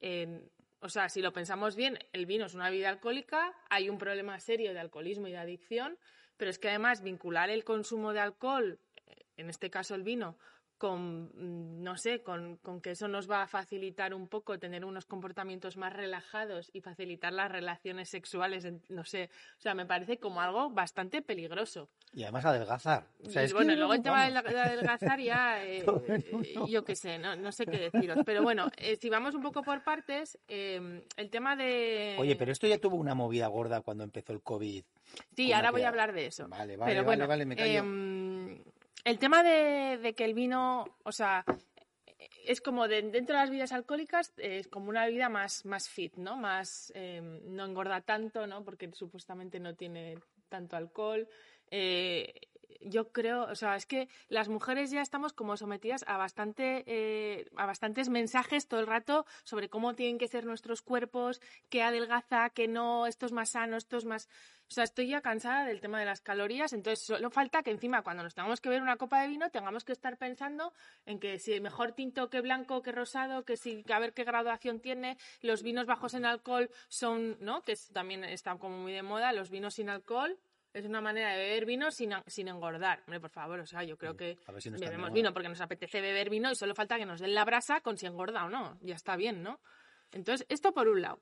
B: eh, o sea, si lo pensamos bien, el vino es una bebida alcohólica, hay un problema serio de alcoholismo y de adicción, pero es que además vincular el consumo de alcohol, eh, en este caso el vino, con, mm, no sé, con, con que eso nos va a facilitar un poco tener unos comportamientos más relajados y facilitar las relaciones sexuales, en- no sé, o sea, me parece como algo bastante peligroso.
C: Y además adelgazar. O sea,
B: Y
C: es que-
B: bueno, luego el tema del
C: vamos.
B: del adelgazar ya, eh,
C: Todo en
B: eh,
C: uno.
B: yo qué sé, no, no sé qué deciros. Pero bueno, eh, si vamos un poco por partes, eh, el tema de...
C: Oye, pero esto ya tuvo una movida gorda cuando empezó el COVID.
B: Sí,
C: Una
B: ahora voy
C: que-
B: a hablar de eso.
C: Vale, vale,
B: pero
C: vale,
B: bueno,
C: vale, me callo.
B: em, el tema de, de que el vino, o sea, es como de- dentro de las bebidas alcohólicas, eh, es como una bebida más, más fit, ¿no? Más, em, no engorda tanto, ¿no? Porque supuestamente no tiene tanto alcohol. Eh, yo creo, o sea, es que las mujeres ya estamos como sometidas a bastante, eh, a bastantes mensajes todo el rato sobre cómo tienen que ser nuestros cuerpos, qué adelgaza, qué no, esto es más sano, esto es más. O sea, estoy ya cansada del tema de las calorías, entonces solo falta que encima cuando nos tengamos que ver una copa de vino tengamos que estar pensando en que si mejor tinto que blanco que rosado, que si que a ver qué graduación tiene, los vinos bajos en alcohol son, ¿no? Que es- también está como muy de moda, los vinos sin alcohol. Es una manera de beber vino sin, sin engordar. Hombre, por favor, o sea, yo creo que
C: A ver si no está de
B: bebemos
C: moda.
B: vino porque nos apetece beber vino y solo falta que nos den la brasa con si engorda o no. Ya está bien, ¿no? Entonces, esto por un lado.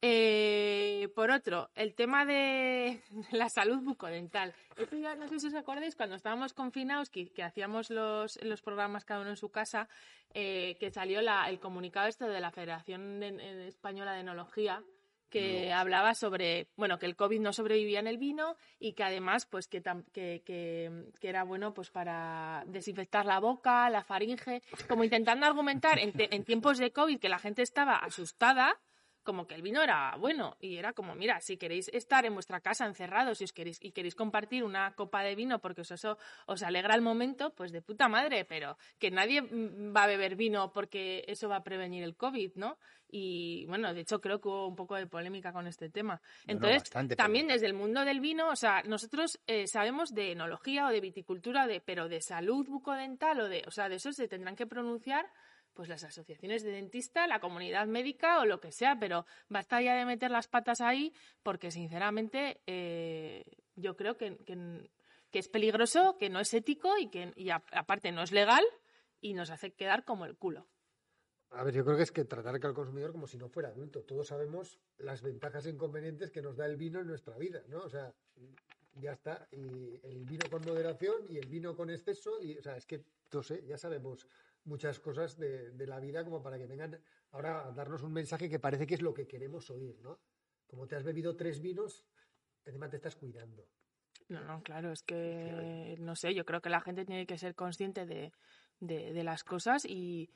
B: Eh, por otro, el tema de la salud bucodental. Esto ya, no sé si os acordáis, cuando estábamos confinados, que, que hacíamos los, los programas cada uno en su casa, eh, que salió la- el comunicado este de la Federación de- eh, Española de Enología, que hablaba sobre, bueno, que el COVID no sobrevivía en el vino y que además, pues, que, tam- que, que- que era bueno, pues, para desinfectar la boca, la faringe, como intentando argumentar en, te- en tiempos de COVID que la gente estaba asustada, como que el vino era bueno y era como, mira, si queréis estar en vuestra casa encerrados y os queréis y queréis compartir una copa de vino porque os eso os alegra el momento, pues de puta madre, pero que nadie mm, va a beber vino porque eso va a prevenir el COVID, ¿no? Y bueno, de hecho creo que hubo un poco de polémica con este tema.
C: no,
B: Entonces,
C: bastante
B: también
C: polémica.
B: desde el mundo del vino, o sea, nosotros eh, sabemos de enología o de viticultura, o de, pero de salud bucodental o de, o sea, de eso se tendrán que pronunciar pues las asociaciones de dentista, la comunidad médica o lo que sea, pero basta ya de meter las patas ahí porque sinceramente eh, yo creo que, que- que es peligroso, que no es ético y que y a- aparte no es legal y nos hace quedar como el culo.
A: A ver, yo creo que es que tratar al consumidor como si no fuera adulto. Todos sabemos las ventajas e inconvenientes que nos da el vino en nuestra vida, ¿no? O sea, ya está. Y el vino con moderación y el vino con exceso. Y, o sea, es que, no sé, ya sabemos muchas cosas de, de la vida como para que vengan ahora a darnos un mensaje que parece que es lo que queremos oír, ¿no? Como te has bebido tres vinos, encima te estás cuidando.
B: No, no, claro, es que no sé, yo creo que la gente tiene que ser consciente de, de, de las cosas y,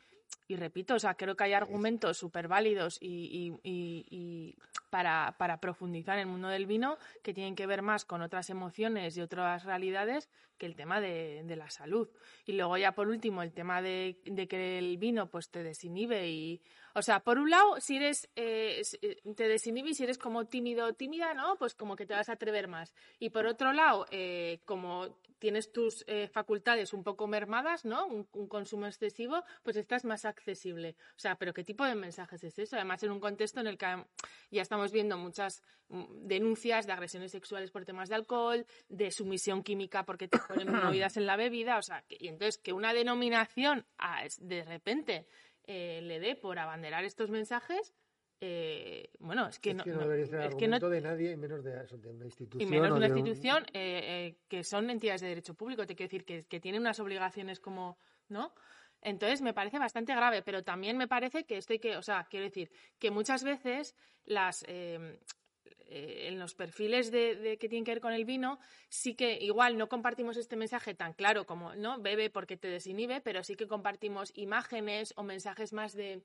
B: y repito, o sea, creo que hay argumentos súper válidos y, y- y- y para, para profundizar en el mundo del vino que tienen que ver más con otras emociones y otras realidades que el tema de, de la salud. Y luego ya por último, el tema de, de que el vino pues te desinhibe y O sea, por un lado, si eres, eh, s- eh, te desinhibes, si eres como tímido o tímida, ¿no? Pues como que te vas a atrever más. Y por otro lado, eh, como tienes tus eh, facultades un poco mermadas, ¿no? Un, un consumo excesivo, pues estás más accesible. O sea, pero ¿qué tipo de mensajes es eso? Además, en un contexto en el que mm, ya estamos viendo muchas mm, denuncias de agresiones sexuales por temas de alcohol, de sumisión química porque te ponen movidas en la bebida, o sea, que- y entonces que una denominación ah, es- de repente eh, le dé por abanderar estos mensajes, eh, bueno, es que
A: es
B: no,
A: que no,
B: no-
A: debería ser
B: es que no-
A: argumento de nadie y menos de, eso, de una institución.
B: y menos
A: o
B: una
A: de un-
B: institución eh, eh, que son entidades de derecho público, te quiero decir, que, que tienen unas obligaciones como, ¿no? Entonces me parece bastante grave, pero también me parece que esto hay que, o sea, quiero decir, que muchas veces las eh, eh, en los perfiles de, de que tienen que ver con el vino, sí que igual no compartimos este mensaje tan claro como, ¿no? Bebe porque te desinhibe, pero sí que compartimos imágenes o mensajes más de,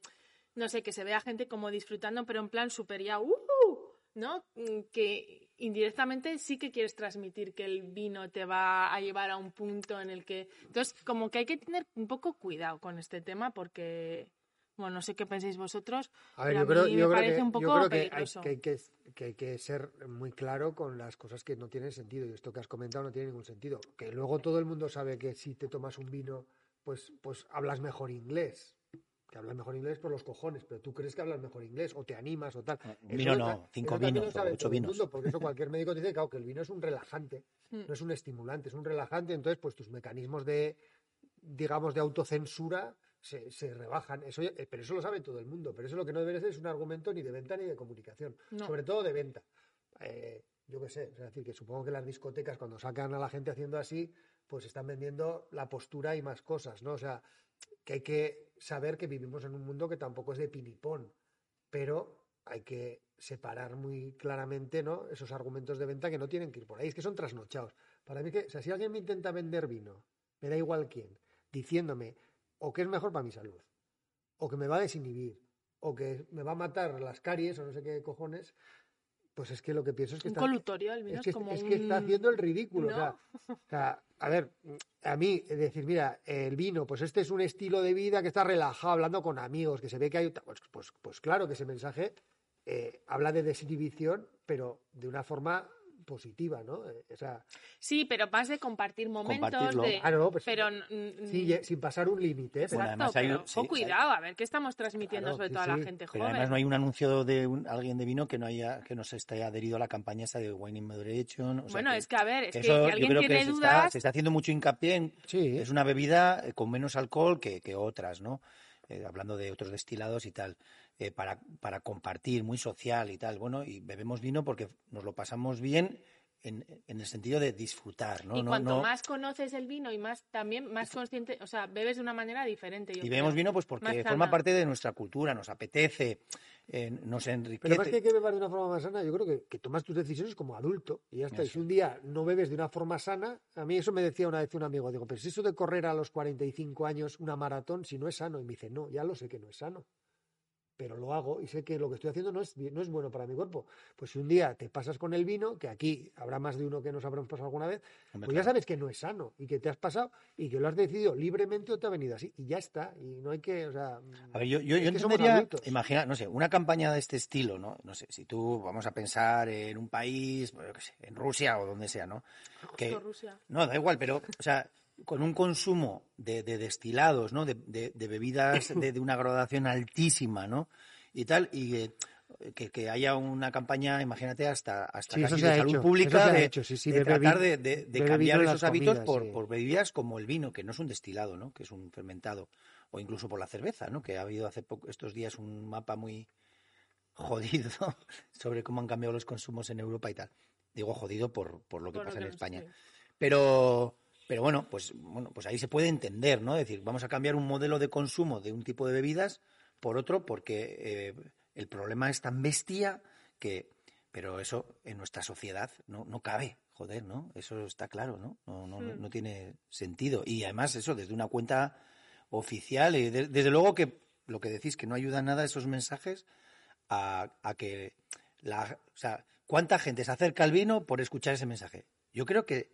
B: no sé, que se vea gente como disfrutando, pero en plan super ya, ¡uh! ¿no? Mm, Que indirectamente sí que quieres transmitir que el vino te va a llevar a un punto en el que... Entonces, como que hay que tener un poco cuidado con este tema porque, bueno, no sé qué pensáis vosotros.
A: A ver, yo
B: pero a
A: creo,
B: mí me
A: yo creo
B: parece
A: que,
B: un
A: yo
B: poco
A: creo que hay-
B: peligroso.
A: que hay que, que hay que ser muy claro con las cosas que no tienen sentido. Y esto que has comentado no tiene ningún sentido. Que luego todo el mundo sabe que si te tomas un vino, pues, pues hablas mejor inglés. Que hablas mejor inglés por los cojones, pero tú crees que hablas mejor inglés o te animas o tal.
C: Un
A: Eso
C: Eh, vino
A: ta-
C: no,
A: eso
C: cinco
A: también
C: vinos
A: lo
C: o
A: sabe
C: ocho
A: todo el
C: vinos.
A: mundo, porque eso cualquier médico te dice, claro, que el vino es un relajante,
B: Mm.
A: no es un estimulante, es un relajante. Entonces, pues tus mecanismos de, digamos, de autocensura se, se rebajan. Eso, ya- eh, pero eso lo sabe todo el mundo. Pero eso lo que no debería ser es un argumento ni de venta ni de comunicación.
B: No.
A: Sobre todo de venta. Eh, yo qué sé, es decir, que supongo que las discotecas cuando sacan a la gente haciendo así, pues están vendiendo la postura y más cosas, ¿no? O sea, que hay que saber que vivimos en un mundo que tampoco es de pinipón, pero hay que separar muy claramente, ¿no? Esos argumentos de venta que no tienen que ir por ahí, es que son trasnochados. Para mí que, o sea, si alguien me intenta vender vino, me da igual quién, diciéndome o que es mejor para mi salud, o que me va a desinhibir, o que me va a matar las caries o no sé qué cojones, pues es que lo que pienso es que
B: un
A: está
B: colutorio, al menos
A: es que,
B: como
A: es que
B: un...
A: está haciendo el ridículo. o sea,
B: ¿No?
A: o sea, a ver, a mí eh, decir, mira, el vino, pues este es un estilo de vida que está relajado, hablando con amigos, que se ve que hay... Pues, pues, pues claro que ese mensaje eh, habla de desinhibición, pero de una forma positiva, ¿no? Eh, o sea,
B: Sí, pero más de compartir momentos,
C: Compartirlo.
B: de...
A: ah, no, pues
B: Eh, pero mm,
A: sí, eh, sin pasar un límite. ¿eh?
B: Exacto,
C: Bueno, además hay
B: pero
C: un-
B: con
C: sí, hay-
B: cuidado, a ver qué estamos transmitiendo
A: Claro,
B: sobre
A: sí,
B: todo a
A: sí,
B: la gente
C: Pero
B: joven.
C: además no hay un anuncio de un- alguien de vino que no haya que no se esté adherido a la campaña esa de Wine in Moderation. o sea
B: bueno,
C: que-
B: es que a ver, es
C: que
B: que
C: eso
B: si
C: yo
B: alguien
C: creo que
B: tiene
C: se
B: dudas,
C: está, se está haciendo mucho hincapié en
A: Sí,
C: es una bebida eh, con menos alcohol que, que otras, ¿no? Eh, hablando de otros destilados y tal, eh, para, para compartir, muy social y tal. Bueno, y bebemos vino porque nos lo pasamos bien en, en el sentido de disfrutar, ¿no?
B: y
C: No-
B: cuanto
C: no-
B: más conoces el vino y más también más consciente, o sea, bebes de una manera diferente. yo
C: y
B: creo.
C: bebemos vino pues
B: más
C: porque
B: sana.
C: forma parte de nuestra cultura, nos apetece, eh, nos
A: Pero
C: enriquece.
A: más que que beber de una forma más sana, yo creo que, que tomas tus decisiones como adulto y ya está. Y si un día no bebes de una forma sana, a mí eso me decía una vez un amigo, digo, pero si eso de correr a los 45 años una maratón, si no es sano, y me dice, no, ya lo sé que no es sano, pero lo hago y sé que lo que estoy haciendo no es, no es bueno para mi cuerpo. Pues si un día te pasas con el vino, que aquí habrá más de uno que nos habremos pasado alguna vez, pues
C: Hombre,
A: ya
C: claro.
A: sabes que no es sano y que te has pasado y que lo has decidido libremente o te ha venido así y ya está. Y no hay que, o sea, mm,
C: A ver, yo, yo,
A: es
C: yo
A: que somos
C: entendería,
A: adultos.
C: imagina, no sé, una campaña de este estilo, ¿no? No sé, si tú vamos a pensar en un país, bueno, yo qué sé, en Rusia o donde sea, ¿no? Que,
B: Justo Rusia.
C: no, da igual, pero, o sea, con un consumo de, de destilados, ¿no? De, de- de bebidas de, de una graduación altísima, ¿no? Y tal, y eh, que, que haya una campaña, imagínate, hasta, hasta
A: Sí, eso
C: casi
A: se
C: de
A: ha
C: salud
A: hecho,
C: pública,
A: eso se ha
C: de,
A: hecho, sí, sí,
C: de
A: bebe
C: tratar
A: vi-
C: de, de- de
A: bebe
C: cambiar
A: vino en
C: esos
A: las
C: hábitos
A: comidas,
C: por,
A: sí.
C: por bebidas como el vino, que no es un destilado, ¿no? Que es un fermentado, o incluso por la cerveza, ¿no? Que ha habido hace poco, estos días un mapa muy jodido sobre cómo han cambiado los consumos en Europa y tal. Digo jodido por, por lo que
B: Por lo
C: pasa
B: que
C: en
B: nos-
C: España.
B: sí.
C: Pero, pero bueno, pues, bueno, pues ahí se puede entender, ¿no? Es decir, vamos a cambiar un modelo de consumo de un tipo de bebidas por otro porque eh, el problema es tan bestia que... Pero eso en nuestra sociedad no, no cabe, joder, ¿no? Eso está claro, ¿no? No, no, no-
B: Hmm.
C: no tiene sentido. Y además eso, desde una cuenta oficial, y de- desde luego que lo que decís, que no ayuda nada esos mensajes a, a que la, o sea, ¿cuánta gente se acerca al vino por escuchar ese mensaje? Yo creo que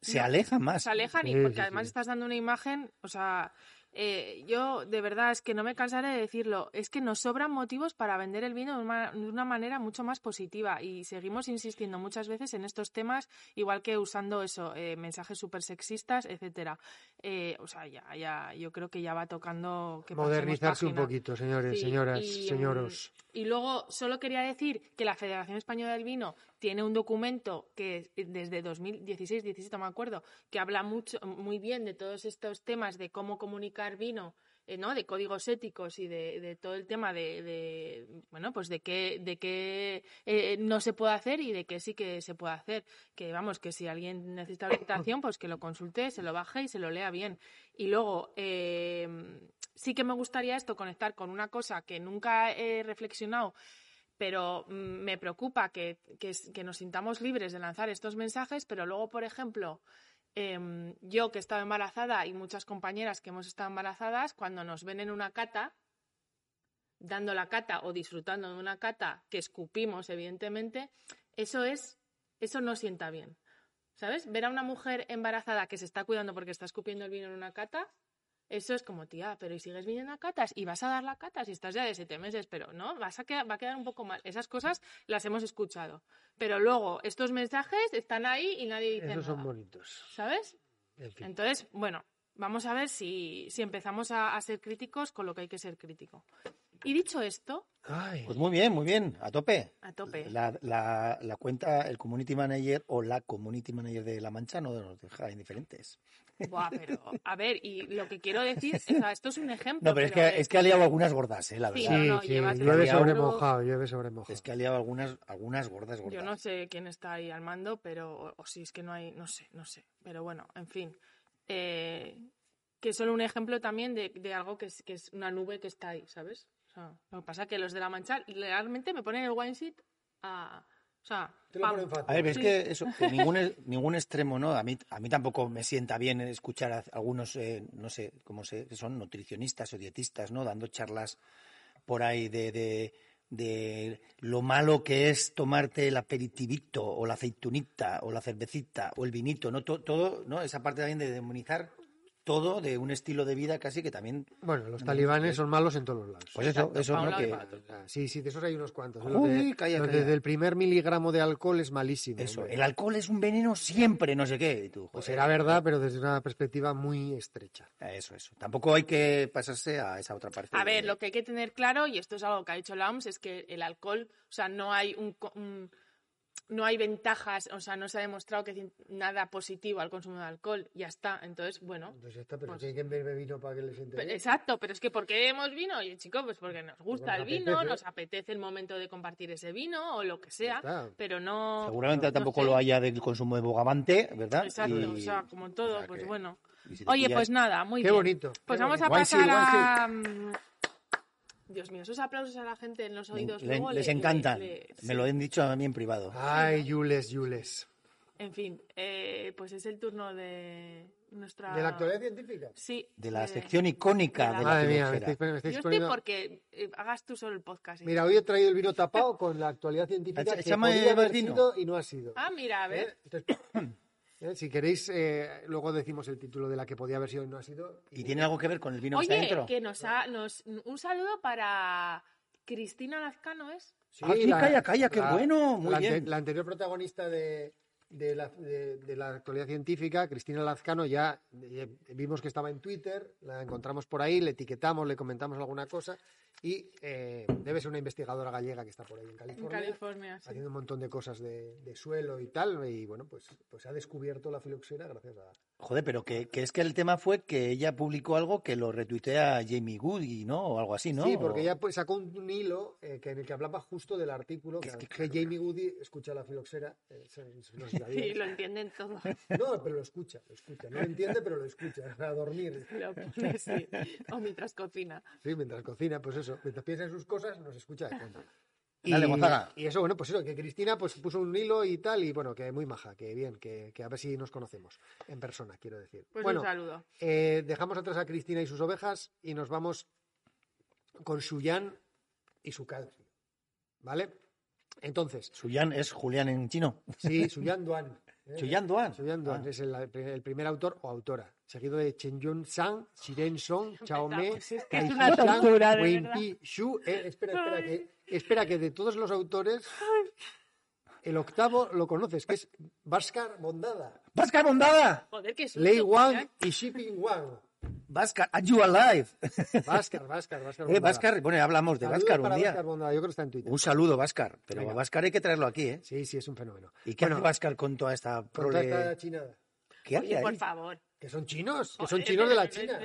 C: se
B: No,
C: aleja más.
B: Se alejan y
A: Sí,
B: porque
A: sí,
B: además
A: sí.
B: estás dando una imagen, o sea, eh, yo de verdad es que no me cansaré de decirlo, es que nos sobran motivos para vender el vino de una, de una manera mucho más positiva y seguimos insistiendo muchas veces en estos temas, igual que usando eso, eh, mensajes súper sexistas, etcétera. Eh, o sea, ya, ya, yo creo que ya va tocando que pasemos
A: Modernizarse un
B: página.
A: poquito, señores,
B: Sí,
A: señoras,
B: y, mm,
A: señoros.
B: Y luego solo quería decir que la Federación Española del Vino tiene un documento que es- desde 2016, 17 me acuerdo, que habla mucho muy bien de todos estos temas de cómo comunicar vino, eh, ¿no? De códigos éticos y de, de todo el tema de, de, bueno, pues de qué de qué eh, no se puede hacer y de qué sí que se puede hacer, que vamos, que si alguien necesita orientación, pues que lo consulte, se lo baje y se lo lea bien. Y luego, eh, sí que me gustaría esto conectar con una cosa que nunca he reflexionado, pero mm, me preocupa que, que s- que nos sintamos libres de lanzar estos mensajes, pero luego, por ejemplo, em, yo que he estado embarazada y muchas compañeras que hemos estado embarazadas, cuando nos ven en una cata, dando la cata o disfrutando de una cata que escupimos, evidentemente, eso es, eso no sienta bien. ¿Sabes? Ver a una mujer embarazada que se está cuidando porque está escupiendo el vino en una cata, eso es como, tía, pero ¿y sigues viniendo a catas? ¿Y vas a dar la catas? Y estás ya de siete meses, pero no, vas a quedar, va a quedar un poco mal. Esas cosas las hemos escuchado. Pero luego, estos mensajes están ahí y nadie dice
A: Esos son
B: nada,
A: bonitos.
B: ¿Sabes?
A: En fin.
B: Entonces, bueno, vamos a ver si, si empezamos a, a ser críticos con lo que hay que ser crítico. Y dicho esto,
A: Ay,
C: Pues muy bien, muy bien, a tope.
B: a tope.
C: La, la- la cuenta, el community manager o la community manager de La Mancha no nos deja indiferentes.
B: Buah, pero, a ver, y lo que quiero decir, o sea, esto es un ejemplo.
C: No, pero es que, es que ha liado algunas gordas, eh, la
B: Sí,
C: verdad.
A: sí,
B: no, no,
A: sí,
B: llevas
A: llueve
C: demasiado.
A: sobre mojado, llueve sobre mojado.
C: Es que ha liado algunas, algunas gordas, gordas.
B: Yo no sé quién está ahí al mando, pero o, o si es que no hay, no sé, no sé. Pero bueno, en fin. Eh, que es solo un ejemplo también de, de algo que es, que es una nube que está ahí, ¿sabes? O sea, lo que pasa es que los de la mancha realmente me ponen el wine sheet a... O sea,
A: Te lo
B: pam.
A: ponen fácil.
C: A ver, pero es
B: Sí.
C: que eso, que ningún, e- ningún extremo, ¿no? A mí, a mí tampoco me sienta bien escuchar a algunos, eh, no sé, cómo se, que son nutricionistas o dietistas, ¿no? Dando charlas por ahí de, de, de lo malo que es tomarte el aperitivito o la aceitunita o la cervecita o el vinito, ¿no? To- todo, ¿no? Esa parte también de demonizar todo de un estilo de vida casi que también...
A: Bueno, los talibanes son malos en todos los lados.
C: Pues eso,
B: Exacto,
C: eso,
B: Paula
C: ¿no? Que,
B: Alba.
A: Ah, Sí, sí, de esos hay unos cuantos.
C: Uy,
A: Los de-
C: calla,
A: los
C: calla.
A: desde el primer miligramo de alcohol es malísimo.
C: eso,
A: hombre.
C: el alcohol es un veneno siempre, no sé qué. Y tú,
A: Pues
C: joder,
A: era verdad, pero desde una perspectiva muy estrecha.
C: Eso, eso. Tampoco hay que pasarse a esa otra parte.
B: A
C: de-
B: ver, lo que hay que tener claro, y esto es algo que ha dicho la OMS, es que el alcohol, o sea, no hay un, co- un- no hay ventajas, o sea, no se ha demostrado que cien- nada positivo al consumo de alcohol, ya está. Entonces, bueno,
A: Entonces ya está, pero
B: Pues-
A: si hay que beber vino para que les
B: Pe-
A: entere.
B: Exacto, pero es que ¿por qué bebemos vino? Y chicos, pues porque nos gusta
A: Porque nos
B: el vino,
A: apetece.
B: nos apetece el momento de compartir ese vino o lo que
A: Ya
B: sea,
A: está.
B: pero no...
C: Seguramente
B: no
C: tampoco
B: sé.
C: lo haya del consumo de bogavante, ¿verdad?
B: Exacto,
C: Y-
B: o sea, como todo,
C: o sea
B: pues
C: que-
B: bueno.
C: y si te
B: Oye,
C: pillas-
B: pues nada, muy
A: Qué
B: bien.
A: bonito.
B: Pues
A: qué
B: vamos
A: bonito.
B: a
C: One
B: pasar
C: seal,
B: a... mm, Dios mío, esos aplausos a la gente en los
C: le-
B: oídos
C: le-
B: luego le-
C: les
B: le-
C: encantan.
B: le-
C: Me
B: sí.
C: lo han dicho a mí en privado.
A: Ay, Yules, Yules.
B: En fin, eh, pues es el turno de nuestra...
A: ¿De la actualidad científica?
B: Sí.
C: De la
B: eh,
C: sección icónica
B: de
C: de
B: la-
C: la
A: Madre mía, me
C: filosfera.
A: estáis, me
B: Yo
A: estáis
B: estoy
A: poniendo...
B: porque eh, hagas tú solo el podcast. ¿eh? y-
A: Mira, hoy he traído el vino tapado con la actualidad científica
C: Echa-
A: que
C: échame
A: podía haber
C: Bertino.
A: sido y no ha sido.
B: Ah, mira, a ver.
A: ¿Eh? Entonces, eh, si queréis, eh, luego decimos el título de la que podía haber sido y no ha sido.
C: ¿Y tiene algo que ver con el vino que está
B: Oye,
C: dentro?
B: que nos ha, nos, un saludo para Cristina Lazcano, ¿es?
A: Sí,
C: Ah, sí, calla, calla, qué bueno, muy
A: la,
C: bien.
A: ante- la anterior protagonista de, de la, de- de la actualidad científica, Cristina Lazcano, ya eh, vimos que estaba en Twitter, la encontramos por ahí, le etiquetamos, le comentamos alguna cosa y eh, debe ser una investigadora gallega que está por ahí en
B: En
A: California.
B: California, sí.
A: haciendo un montón de cosas de, de suelo y tal, y bueno, pues, pues ha descubierto la filoxera gracias a...
C: Joder, pero que, que es que el tema fue que ella publicó algo que lo retuitea Jamie Goody, ¿no? O algo así, ¿no?
A: Sí, porque
C: O-
A: ella pues, sacó un, un hilo eh, que, en el que hablaba justo del artículo que,
C: Es que
A: que
C: claro.
A: Jamie Goody escucha la filoxera. eh, se- se nos da
B: Sí,
A: bien.
B: lo entienden todo.
A: No, pero lo escucha, lo escucha. No lo entiende, pero lo escucha. A dormir.
B: Lo pone, sí. O mientras cocina.
A: Sí, mientras cocina, pues eso. Mientras piensa en sus cosas, nos escucha de fondo.
C: Dale, Gonzaga.
A: Y eso, bueno, pues eso, que Cristina pues puso un hilo y tal, y bueno, que muy maja, que bien, que, que a ver si nos conocemos en persona, quiero decir.
B: Pues
A: bueno,
B: un saludo.
A: eh, dejamos atrás a Cristina y sus ovejas y nos vamos con Suyan y su calcio. ¿Vale? Entonces,
C: Suyan es Julián en chino.
A: sí, Suyan Duan. ¿eh?
C: Suyan Duan.
A: Suyan Duan
C: Ah.
A: es el, el primer autor o autora seguido de Chenyun Sang, Shiren Song, Chaome,
F: Es que es una tortura, de verdad.
A: Wenpi Shu. Eh, espera, espera que, espera, que de todos los autores, el octavo lo conoces, que es Bhaskar Bondada,
C: ¡Vasca Bondada!
B: Joder, que es
A: Lei Wang y Shipping Wang.
C: ¡Vasca, are you alive!
A: Bhaskar, Bhaskar, Bhaskar
C: Eh,
A: Bondada.
C: Bhaskar, bueno, ya hablamos de
A: Saludos
C: Vascar un
A: para
C: día.
A: Bhaskar Bondada, yo creo que está en Twitter.
C: Un saludo, Vascar. Pero
A: Venga.
C: a Vascar hay que traerlo aquí, ¿eh?
A: Sí, sí, es un fenómeno.
C: ¿Y qué
A: Bueno,
C: hace Vascar con toda esta
A: con toda
C: prole?
A: esta chinada.
C: ¿Qué hace
B: Oye, por
C: ahí?
B: favor.
A: Que son chinos, que son
B: Joder,
A: chinos de la
B: pero-
A: China.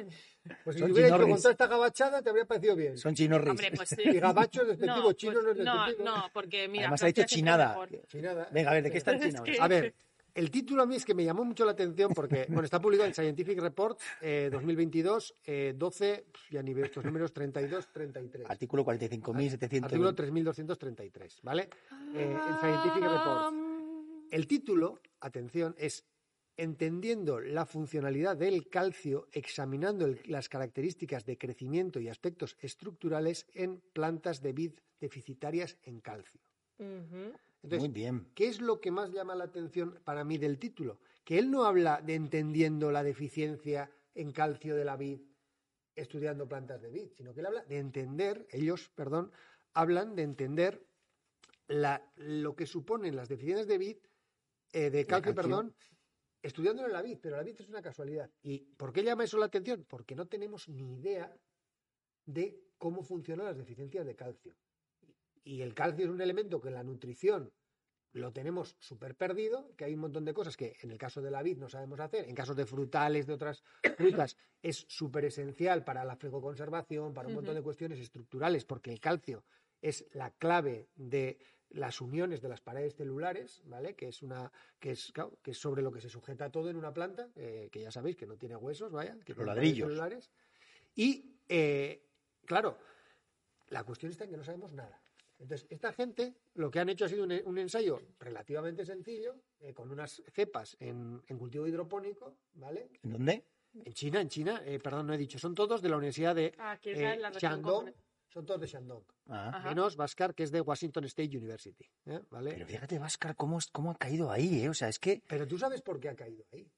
A: Pues si
C: Son
A: hubiera hecho con
C: chinorris.
A: toda esta gabachada, te habría parecido bien.
C: Son chinorris.
B: Hombre, pues sí.
A: Y gabachos, este despectivo,
B: No,
A: chino no es
B: pues, no,
A: despectivo.
B: no, porque mira.
C: Además ha dicho
B: Francia siempre
C: chinada.
B: es mejor.
A: Chinada.
C: Venga, a ver, ¿de qué está en China? Ah,
B: que-
A: A ver, el título a mí es que me llamó mucho la atención porque, bueno, está publicado en Scientific Reports eh, 2022, eh, 12, pf, ya ni veo estos números, 32, 33.
C: Artículo 45.700.
A: Artículo 3233, ¿vale? Eh, el Scientific Reports. El título, atención, es Entendiendo la funcionalidad del calcio examinando el- las características de crecimiento y aspectos estructurales en plantas de vid deficitarias en calcio.
B: Ujú.
A: Entonces,
C: Muy bien.
A: ¿Qué es lo que más llama la atención para mí del título? Que él no habla de entendiendo la deficiencia en calcio de la vid estudiando plantas de vid, sino que él habla de entender, ellos, perdón, hablan de entender la- lo que suponen las deficiencias de vid, eh, de calcio,
C: calcio.
A: perdón, estudiándolo en la vid, pero la vid es una casualidad. ¿Y por qué llama eso la atención? Porque no tenemos ni idea de cómo funcionan las deficiencias de calcio. Y el calcio es un elemento que en la nutrición lo tenemos súper perdido, que hay un montón de cosas que en el caso de la vid no sabemos hacer, en casos de frutales, de otras frutas, es súper esencial para la frigoconservación, para un montón de cuestiones estructurales, porque el calcio es la clave de las uniones de las paredes celulares, ¿vale? Que es una que es, claro, que es sobre lo que se sujeta todo en una planta, eh, que ya sabéis que no tiene huesos, vaya, que tiene paredes
C: ladrillos.
A: celulares. Y eh, claro, la cuestión está en que no sabemos nada. Entonces, esta gente lo que han hecho ha sido un, e- un ensayo relativamente sencillo, eh, con unas cepas en, en cultivo hidropónico, ¿vale?
C: ¿En dónde?
A: En China, en China, eh, perdón, no he dicho, son todos de la Universidad de
B: Ah, que esa
A: eh,
B: es la relación
A: Shandong,
B: con-
A: son todos de Shandong,
C: Ah.
B: Ajá.
A: menos Bhaskar, que es de Washington State University, ¿eh? ¿vale?
C: Pero
A: Pero,
C: fíjate, Vascar, cómo, es- cómo ha caído ahí, ¿eh? O sea, es que
A: tú sabes por qué ha caído ahí.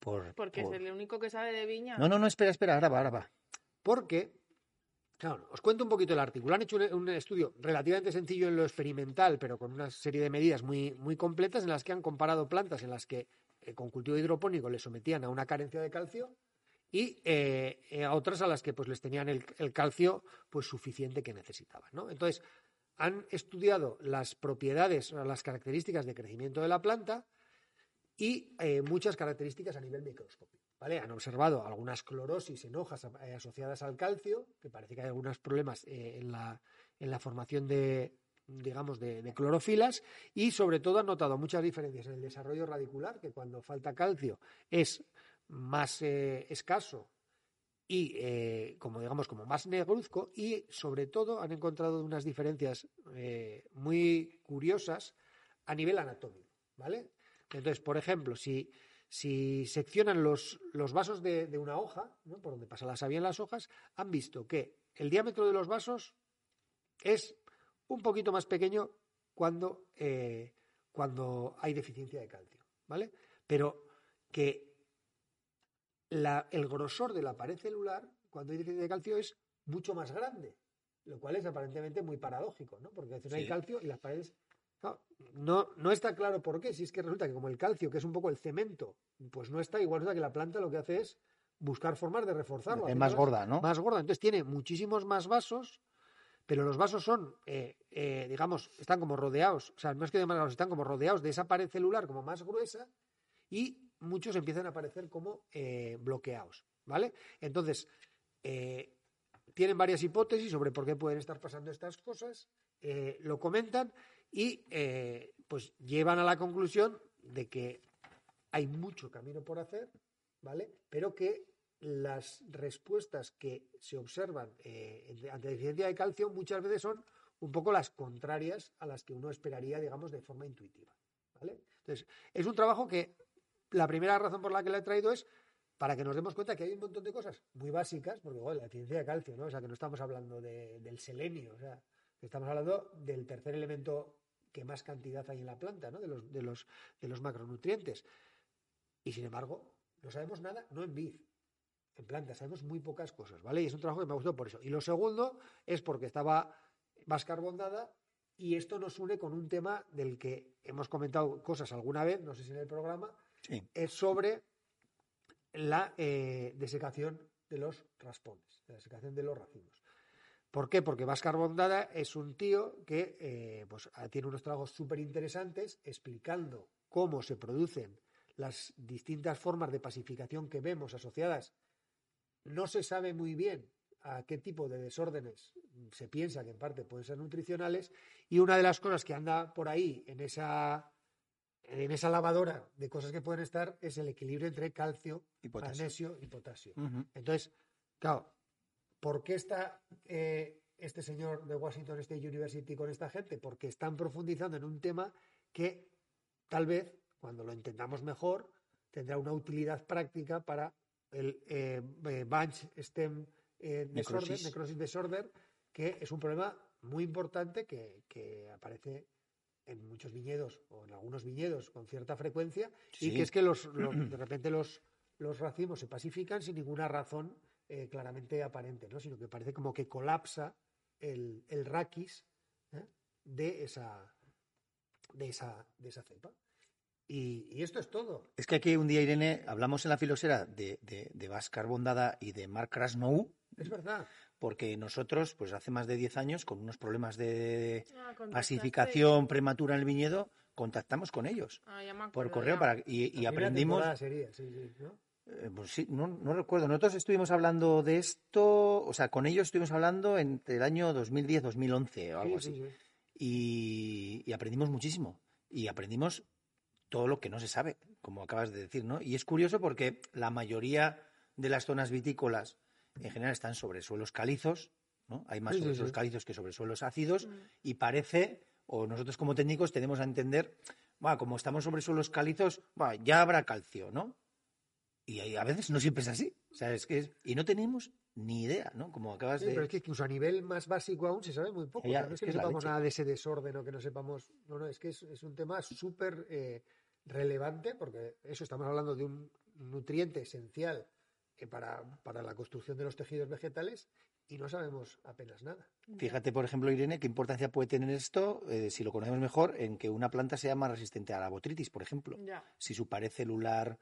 C: por...
B: Porque
C: por-
B: es el único que sabe de viña.
C: No, no, no, espera, espera, ahora va, ahora va.
A: Porque, claro, os cuento un poquito el artículo. Han hecho un, un estudio relativamente sencillo en lo experimental, pero con una serie de medidas muy, muy completas en las que han comparado plantas en las que eh, con cultivo hidropónico les sometían a una carencia de calcio y eh, eh, a otras a las que pues les tenían el, el calcio pues suficiente que necesitaban, ¿no? Entonces, han estudiado las propiedades, o las características de crecimiento de la planta y eh, muchas características a nivel microscópico. ¿vale? Han observado algunas clorosis en hojas eh, asociadas al calcio, que parece que hay algunos problemas eh, en, la, en la formación de digamos, de, de clorofilas y sobre todo han notado muchas diferencias en el desarrollo radicular, que cuando falta calcio es más eh, escaso y eh, como digamos como más negruzco y sobre todo han encontrado unas diferencias eh, muy curiosas a nivel anatómico, ¿vale? Entonces, por ejemplo, si, si seccionan los, los vasos de, de una hoja, ¿no? por donde pasa la savia en las hojas, han visto que el diámetro de los vasos es un poquito más pequeño cuando, eh, cuando hay deficiencia de calcio, ¿vale? Pero que la- el grosor de la pared celular, cuando hay deficiencia de calcio, es mucho más grande, lo cual es aparentemente muy paradójico, ¿no? Porque si no hay
C: Sí.
A: calcio y las paredes... claro, No, no está claro por qué, si es que resulta que como el calcio, que es un poco el cemento, pues no está, igual resulta que la planta lo que hace es buscar formas de reforzarlo.
C: Es
A: haciendo
C: más
A: las-
C: gorda, ¿no?
A: más gorda. Entonces tiene muchísimos más vasos, pero los vasos son, eh, eh, digamos, están como rodeados, o sea, no es que de más gordos, están como rodeados de esa pared celular como más gruesa y muchos empiezan a aparecer como eh, bloqueados, ¿vale? Entonces, eh, tienen varias hipótesis sobre por qué pueden estar pasando estas cosas, eh, lo comentan y eh, pues llevan a la conclusión de que hay mucho camino por hacer, ¿vale? Pero que las respuestas que se observan eh, en- ante deficiencia de calcio muchas veces son un poco las contrarias a las que uno esperaría, digamos, de forma intuitiva, ¿vale? Entonces, es un trabajo que la primera razón por la que la he traído es para que nos demos cuenta que hay un montón de cosas muy básicas, porque joder, la deficiencia de calcio, ¿no? O sea, que no estamos hablando de- del selenio, o sea, que estamos hablando del tercer elemento que más cantidad hay en la planta, ¿no? De los, de los, de los macronutrientes. Y sin embargo, No sabemos nada, no en vid, en planta, sabemos muy pocas cosas, ¿vale? Y es un trabajo que me gustó por eso. Y lo segundo es porque estaba Vascar Bondada y esto nos une con un tema del que hemos comentado cosas alguna vez, no sé si en el programa,
C: Sí.
A: es sobre la eh, desecación de los raspones, la desecación de los racimos. ¿Por qué? Porque Váscar Bondada es un tío que eh, pues, ah, tiene unos trabajos súper interesantes explicando cómo se producen las distintas formas de pacificación que vemos asociadas. No se sabe muy bien a qué tipo de desórdenes se piensa que en parte pueden ser nutricionales y una de las cosas que anda por ahí en esa en esa lavadora de cosas que pueden estar es el equilibrio entre calcio,
C: Y potasio.
A: magnesio y potasio.
C: Ujú.
A: Entonces, claro, ¿por qué está eh, este señor de Washington State University con esta gente? Porque están profundizando en un tema que tal vez, cuando lo entendamos mejor, tendrá una utilidad práctica para el eh, eh, bunch stem eh, disorder,
C: Necrosis.
A: necrosis disorder, que es un problema muy importante que, que aparece en muchos viñedos o en algunos viñedos con cierta frecuencia y
C: Sí.
A: que es que los, los- de repente los, los racimos se pacifican sin ninguna razón eh, claramente aparente, ¿no? sino que parece como que colapsa el, el raquis ¿eh? de, esa, de, esa, de esa cepa. Y, y esto es todo.
C: Es que aquí un día, Irene, hablamos en la filosera de, de, de Bhaskar Bondada y de Mark Krasnow,
A: Es verdad.
C: porque nosotros, pues hace más de 10 años, con unos problemas de
B: Ah, contactaste.
C: pacificación prematura en el viñedo, contactamos con ellos
B: Ah, ya me
C: por
B: acuerdo,
C: correo
B: ya.
C: para, y, y
A: La primera
C: aprendimos...
A: temporada sería, sí, sí, ¿no?
C: Eh, pues sí, no, no recuerdo. Nosotros estuvimos hablando de esto, o sea, con ellos estuvimos hablando entre el año 2010-2011 o algo
A: Sí,
C: así.
A: sí, sí.
C: Y, y aprendimos muchísimo. Y aprendimos todo lo que no se sabe, como acabas de decir, ¿no? Y es curioso porque la mayoría de las zonas vitícolas en general están sobre suelos calizos, ¿no? Hay más
A: Sí,
C: sobre
A: sí,
C: suelos
A: sí.
C: calizos que sobre suelos ácidos
B: Mm.
C: y parece, o nosotros como técnicos tenemos a entender, "Buah, como estamos sobre suelos calizos, buah, ya habrá calcio, ¿no? Y hay- a veces no siempre es así, o sea, es que es- y no tenemos ni idea, ¿no? Como acabas
A: Sí,
C: de...
A: pero es que incluso a nivel más básico aún se sabe muy poco. o sea,
C: Ya,
A: no
C: es
A: es que,
C: que es la
A: sepamos
C: leche.
A: nada de ese desorden o que no sepamos. No, no, es que es, es un tema súper eh, relevante porque eso estamos hablando de un nutriente esencial eh, para, para la construcción de los tejidos vegetales y no sabemos apenas nada.
C: Fíjate, por ejemplo, Irene, qué importancia puede tener esto, eh, si lo conocemos mejor, en que una planta sea más resistente a la botritis, por ejemplo.
B: Ya.
C: Si su pared celular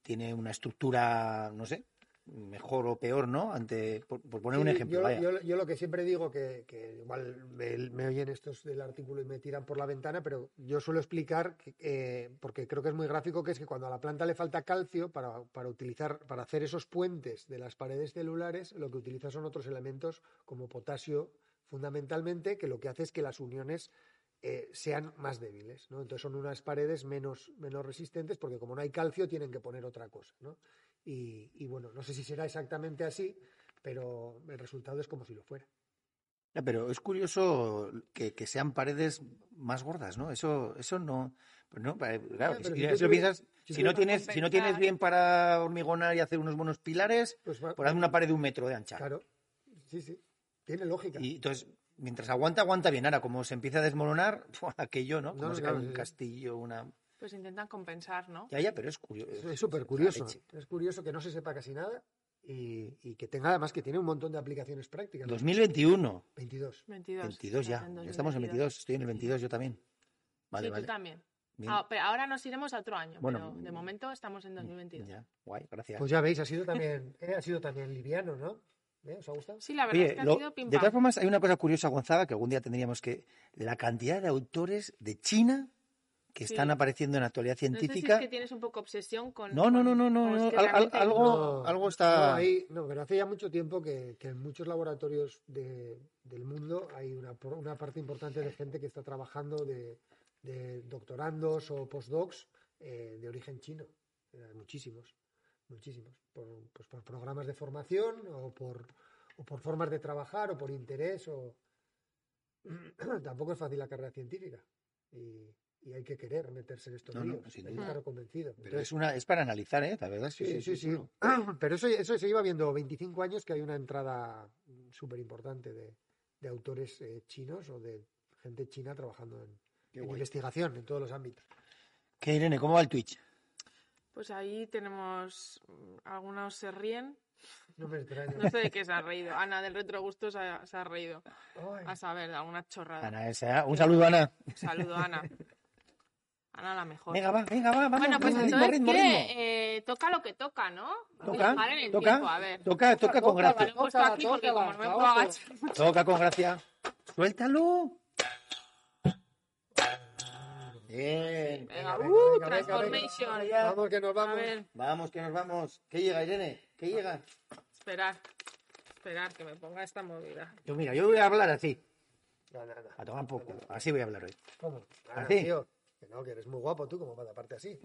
C: tiene una estructura, no sé, mejor o peor, ¿no? Ante, por, por poner un
A: Sí,
C: ejemplo,
A: yo,
C: vaya.
A: yo- yo lo que siempre digo, que, que igual me, me oyen estos del artículo y me tiran por la ventana, pero yo suelo explicar, que, eh, porque creo que es muy gráfico, que es que cuando a la planta le falta calcio para, para utilizar, para hacer esos puentes de las paredes celulares, lo que utiliza son otros elementos como potasio, fundamentalmente, que lo que hace es que las uniones eh, sean más débiles, ¿no? Entonces son unas paredes menos, menos resistentes, porque como no hay calcio, tienen que poner otra cosa, ¿no? Y, y bueno, no sé si será exactamente así, pero el resultado es como si lo fuera.
C: Ya, Pero es curioso que, que sean paredes más gordas, ¿no? Eso, eso no, pues no, pa-
A: Ya,
C: claro,
A: pero
C: si,
A: si tú
C: si lo
A: tuvieras-
C: piensas,
A: si
C: si no
A: tuvieras-
C: tienes, si no tienes
E: compensar.
C: bien para hormigonar y hacer unos buenos pilares,
A: Pues va-
C: pues haz una pared de un metro de ancha.
A: Claro, sí, sí, tiene lógica.
C: Y entonces, mientras aguanta, aguanta bien. Ahora, como se empieza a desmoronar, aquello, ¿no? Como
A: No,
C: se
A: claro,
C: cae un
A: sí, sí.
C: castillo, una.
B: Pues intentan compensar, ¿no?
C: Ya, ya, pero es curioso.
A: Es- es súper curioso.
C: la leche.
A: Es curioso que no se sepa casi nada y, y que tenga además que tiene un montón de aplicaciones prácticas.
C: 2021,
A: 22.
B: 22.
C: 22 ya.
B: Estás
C: Ya estamos en 22, estoy en el 22 yo también. Vale,
B: sí,
C: vale.
B: tú también.
C: Bien.
B: Ah, pero ahora nos iremos a otro año,
C: Bueno,
B: pero de
C: mm,
B: momento estamos en 2022.
C: Ya, guay, gracias.
A: Pues ya veis, ha sido también, eh, ha sido también liviano, ¿no? ¿Eh? ¿Os ha gustado?
B: Sí, la verdad
C: Oye,
B: es que ha
C: lo-
B: sido pim
C: de todas
B: pam.
C: formas, hay una cosa curiosa, Gonzaga, que algún día tendríamos que. La cantidad de autores de China que
B: Sí.
C: están apareciendo en la actualidad
B: No sé si
C: científica.
B: es que tienes un poco obsesión con...
C: No, no, no,
B: con-
C: no, no,
B: con-
C: no,
B: es que
C: al- al-
B: realmente-
C: algo- algo está-
A: No, ahí- no, pero hace ya mucho tiempo que, que en muchos laboratorios de- del mundo hay una, por- una parte importante de gente que está trabajando de, de doctorandos o postdocs eh, de origen chino. Eh, muchísimos, muchísimos. Por, pues por programas de formación o por, o por formas de trabajar o por interés. o Tampoco es fácil la carrera científica. Y, y hay que querer meterse en estos
C: No, no,
A: líos.
C: sin
A: hay que
C: duda.
A: estar convencido.
C: Pero
A: Entonces,
C: es, una, es para analizar, ¿eh? La verdad es que
A: Sí, sí, sí.
C: bueno.
A: Pero eso, eso se lleva viendo 25 años que hay una entrada súper importante de, de autores eh, chinos o de gente china trabajando en,
C: Qué
A: en
C: guay.
A: investigación en todos los ámbitos.
C: ¿Qué, Irene, cómo va el Twitch?
B: Pues ahí tenemos, mm, algunos se ríen,
A: No me extraña.
B: no sé de qué se ha reído. Ana del Retrogusto se ha, se ha reído,
A: Ay,
B: a saber, de alguna chorrada.
C: Ana, esa. Un saludo, Ana.
B: Un saludo, Ana. Ana la mejor.
C: Venga, va, venga, va, vamos.
B: bueno, pues
C: venga,
B: entonces,
C: ritmo,
B: ¿qué?
C: ritmo, ritmo.
B: Eh, toca lo que toca, ¿no? Voy a
C: Toca,
B: dejar en el
C: toca,
B: tiempo, a ver.
C: toca, toca con
B: Lo he
C: gracia.
B: puesto aquí porque como no me puedo agachar.
C: Toca con gracia. Suéltalo. Bien.
A: venga,
B: Venga, uh,
A: venga, venga,
B: Transformation.
A: Vamos, que nos
B: A
A: vamos.
B: ver,
C: Vamos, que nos vamos. ¿Qué llega, Irene? ¿Qué llega?
B: esperar. Esperar que me ponga esta movida.
C: Yo, mira, yo voy a hablar así.
A: No, no, no.
C: A tomar poco. Así voy a hablar hoy.
A: ¿Cómo? Ah,
C: ¿Así?
A: tío, que no, que eres muy guapo tú, como para aparte así.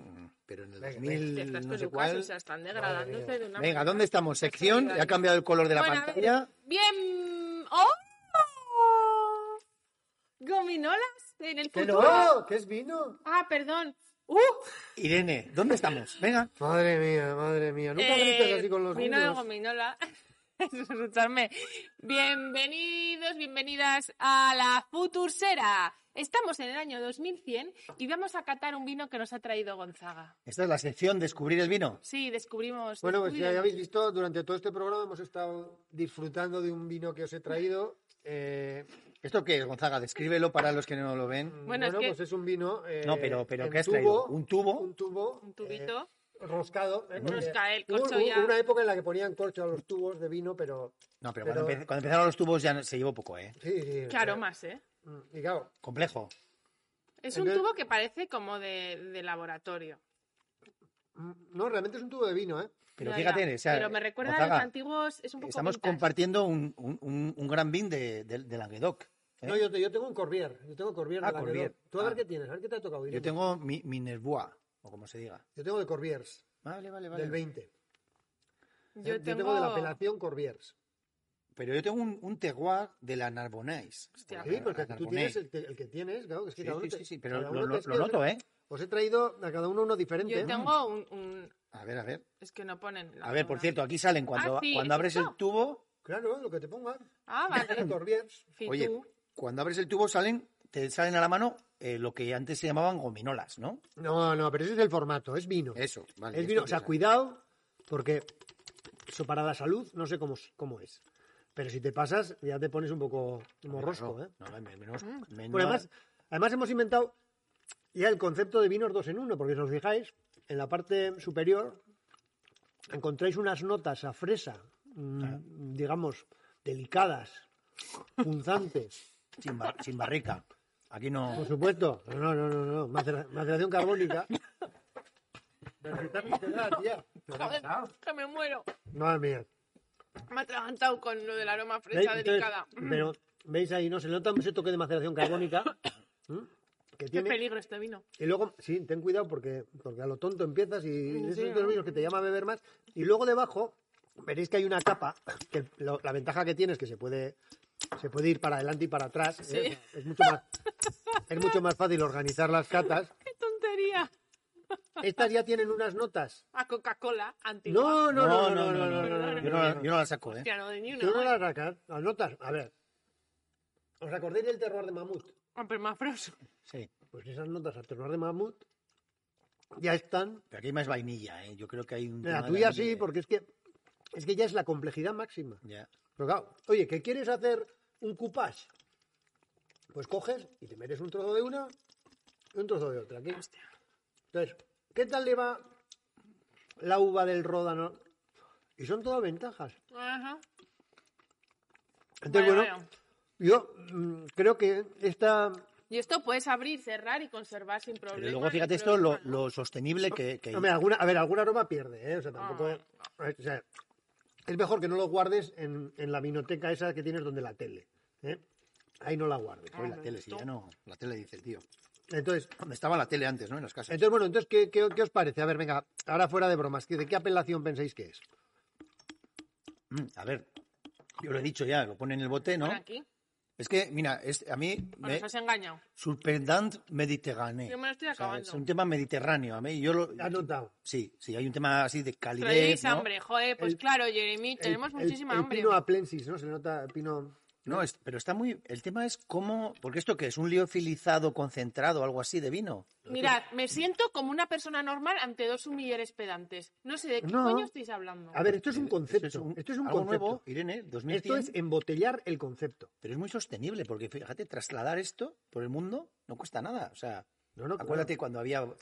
C: Pero en el
A: Venga,
C: 2000,
B: Estas
C: no sé
B: pelucas
C: cuál.
B: o sea, están degradándose de una
C: Venga, ¿dónde estamos? Sección. Ya ha cambiado el color de la
B: Bueno, a ver.
C: pantalla.
B: Bien. ¡Oh! Gominolas en el
A: ¡Que
B: futuro.
A: no! ¡Que es vino!
B: Ah, perdón. ¡Uh!
C: Irene, ¿dónde estamos? Venga.
A: Madre mía, madre mía. Nunca
B: Eh,
A: grites así con los
B: vino de
A: vinos.
B: gominola. Escuchadme. Bienvenidos, bienvenidas a la Futursera. Estamos en el año 2100 y vamos a catar un vino que nos ha traído Gonzaga.
C: Esta es la sección Descubrir el vino.
B: Sí, descubrimos.
A: Bueno, pues
B: descubrimos-
A: ya habéis visto, durante todo este programa hemos estado disfrutando de un vino que os he traído. Eh,
C: ¿Esto qué es, Gonzaga? Descríbelo para los que no lo ven.
B: Bueno,
A: bueno,
B: es que-
A: pues es un vino. eh,
C: No, pero- pero
A: en
C: ¿qué has traído? ¿Un tubo?
A: Un tubo.
B: un tubito.
A: eh, roscado. eh, porque
B: Rosca, el
A: hubo-
B: corcho
A: hubo
B: ya.
A: una época en la que ponían corcho a los tubos de vino, pero.
C: No, pero,
A: Pero-
C: Cuando, empe- cuando empezaron los tubos ya no- se llevó poco, ¿eh?
A: Sí, sí.
B: Claro,
A: eh,
B: más, ¿eh?
A: mm, Y claro,
C: Complejo.
B: Es
A: Entonces-
B: un tubo que parece como de, de laboratorio.
A: mm, no, realmente es un tubo de vino, ¿eh?
C: Pero
B: Ya,
C: fíjate,
B: ya.
C: o sea,
B: Pero me recuerda a los
C: Gonzaga,
B: antiguos. Es un poco.
C: Estamos
B: vintage.
C: compartiendo un, un- un- un gran vin de, de, de Languedoc. ¿eh?
A: No, yo, te- yo tengo un Corbier. Yo tengo Corbier.
C: Ah,
A: de la que
C: Corbier.
A: no- Tú a ver
C: Ah.
A: qué tienes, a ver qué te ha tocado.
C: Yo
A: Irene.
C: tengo mi, mi Nervoa, o como se diga.
A: Yo tengo de Corbiers,
C: Vale, vale, vale.
A: del 20.
B: Yo tengo.
A: de la apelación Corbiers.
C: Pero yo tengo un, un terroir de la Narbonais.
B: Hostia.
A: Sí,
C: La-
A: porque
C: Ah, la
A: tú
C: Narbonais.
A: tienes el, que- el que tienes, claro, que es que
C: Sí,
A: cada uno
C: sí,
A: te-
C: sí, sí, pero
A: cada
C: lo,
A: uno
C: lo-
A: te-
C: lo noto, ¿eh?
A: Os he traído a cada uno uno diferente.
B: Yo tengo un, un-
C: A ver, a ver.
B: Es que no ponen. la
C: ¿eh? A ver, por
B: zona.
C: cierto, aquí salen cuando,
B: Ah, sí,
C: cuando
B: ¿es
C: abres
B: esto?
C: el tubo.
A: Claro, lo que te pongan.
B: Ah, vale.
A: Corbiers.
B: Fitú.
C: Oye, cuando abres el tubo salen, te salen a la mano eh, lo que antes se llamaban gominolas, ¿no?
A: No, no, pero ese es el formato, es vino.
C: Eso, vale.
A: es
C: esto
A: vino, o
C: que
A: sea,
C: sale.
A: cuidado, porque eso para la salud no sé cómo, es- cómo es. Pero si te pasas, ya te pones un poco morrosco,
C: Claro,
A: ¿eh?
C: No, no, menos, menos-
A: Bueno, además, además hemos inventado ya el concepto de vinos dos en uno, porque si os fijáis, en la parte superior encontráis unas notas a fresa, mm, digamos, delicadas, punzantes,
C: sin, bar- sin barrica. Aquí no.
A: por supuesto. No, no, no, no, macera- maceración carbónica.
B: Joder, que me muero.
A: Madre mía.
B: Me ha atragantado con lo del aroma
A: ¿Veis?
B: fresa
A: Entonces,
B: delicada.
A: pero veis ahí, no se nota ese toque de maceración carbónica. ¿m? Que
B: Qué
A: tiene,
B: peligro este vino.
A: Y luego, sí, ten cuidado porque, porque a lo tonto empiezas y esos
B: sí,
A: son los
B: ¿no?
A: vinos que te llama a beber más. Y luego debajo veréis que hay una capa, que lo- la ventaja que tiene es que se puede, se puede ir para adelante y para atrás. ¿eh? Es, mucho más, es mucho más fácil organizar las catas.
B: ¡Qué tontería!
A: Estas ya tienen unas notas.
B: A Coca-Cola antigua.
A: No, no, no, no, no, no, no, no, no,
C: Yo
A: no,
C: no,
A: no.
C: yo no la saco, ¿eh?
B: Hostia, no de ni una.
A: Tú no
B: ¿eh?
A: las sacas, las notas. A ver, ¿os acordáis del terror de mamut?
B: Ah, pero más froso.
C: Sí.
A: Pues esas notas al terror de mamut ya están
C: Pero aquí hay más vainilla, ¿eh? Yo creo que hay un.
A: La
C: tema de
A: tuya
C: ahí
A: sí,
C: de-
A: porque es que es que ya es la complejidad máxima.
C: Ya.
A: Pero claro, oye, ¿qué quieres hacer un coupage? Pues coges y te metes un trozo de una y un trozo de otra. Aquí. Entonces, ¿qué tal le va la uva del ródano? Y son todas ventajas.
B: Ajá.
A: Entonces,
B: Vaya,
A: bueno,
B: vaya.
A: yo mm, creo que esta...
B: Y esto puedes abrir, cerrar y conservar sin problema.
C: Pero luego
B: ni
C: fíjate esto, lo,
B: problema, ¿no?
C: lo sostenible que. que-
A: Hombre, alguna, a ver, alguna aroma pierde, ¿eh? O sea, tampoco...
B: Ah.
A: o sea, es mejor que no lo guardes en, en la vinoteca esa que tienes donde la tele. ¿eh? Ahí no la guardes.
B: Ah.
C: Joder, la tele, sí, ya Ah, no. La tele dice el tío.
A: Entonces,
C: Donde estaba la tele antes, ¿no? En las casas.
A: Entonces, bueno, entonces, ¿qué, qué, qué os parece? A ver, venga, ahora fuera de bromas, ¿de qué apelación pensáis que es?
C: Mm, a ver. Yo lo he dicho ya, lo pone en el bote, ¿no?
B: Por aquí.
C: Es que, mira, es, a mí
B: Bueno,
C: me
B: Nos has engañado.
C: Surpendant Mediterráneo.
B: Yo me lo estoy
C: O sea,
B: acabando.
C: es un tema mediterráneo. A mí yo lo.
A: Anotado.
C: Sí, sí, hay un tema así de calidez.
B: Traéis
C: ¿no?
B: hambre, joder. Pues
A: El-
B: claro, Jeremy,
A: El-
B: tenemos
A: el-
B: muchísima
A: el
B: hambre.
A: pino aplensis, ¿no? Se nota el pino...
C: No, es- pero está muy. El tema es cómo. Porque esto que es un liofilizado concentrado, algo así de vino.
B: Mirad, me siento como una persona normal ante dos humilleres pedantes. No sé de qué
A: No.
B: coño estáis hablando.
A: A ver, esto es un
C: Esto
A: concepto.
C: Este, es un,
A: esto es un
C: algo
A: concepto.
C: nuevo, Irene, 2100.
A: Esto es embotellar el concepto.
C: Pero es muy sostenible, porque fíjate, trasladar esto por el mundo no cuesta nada. O sea,
A: No, no,
C: acuérdate
A: claro.
C: cuando había. o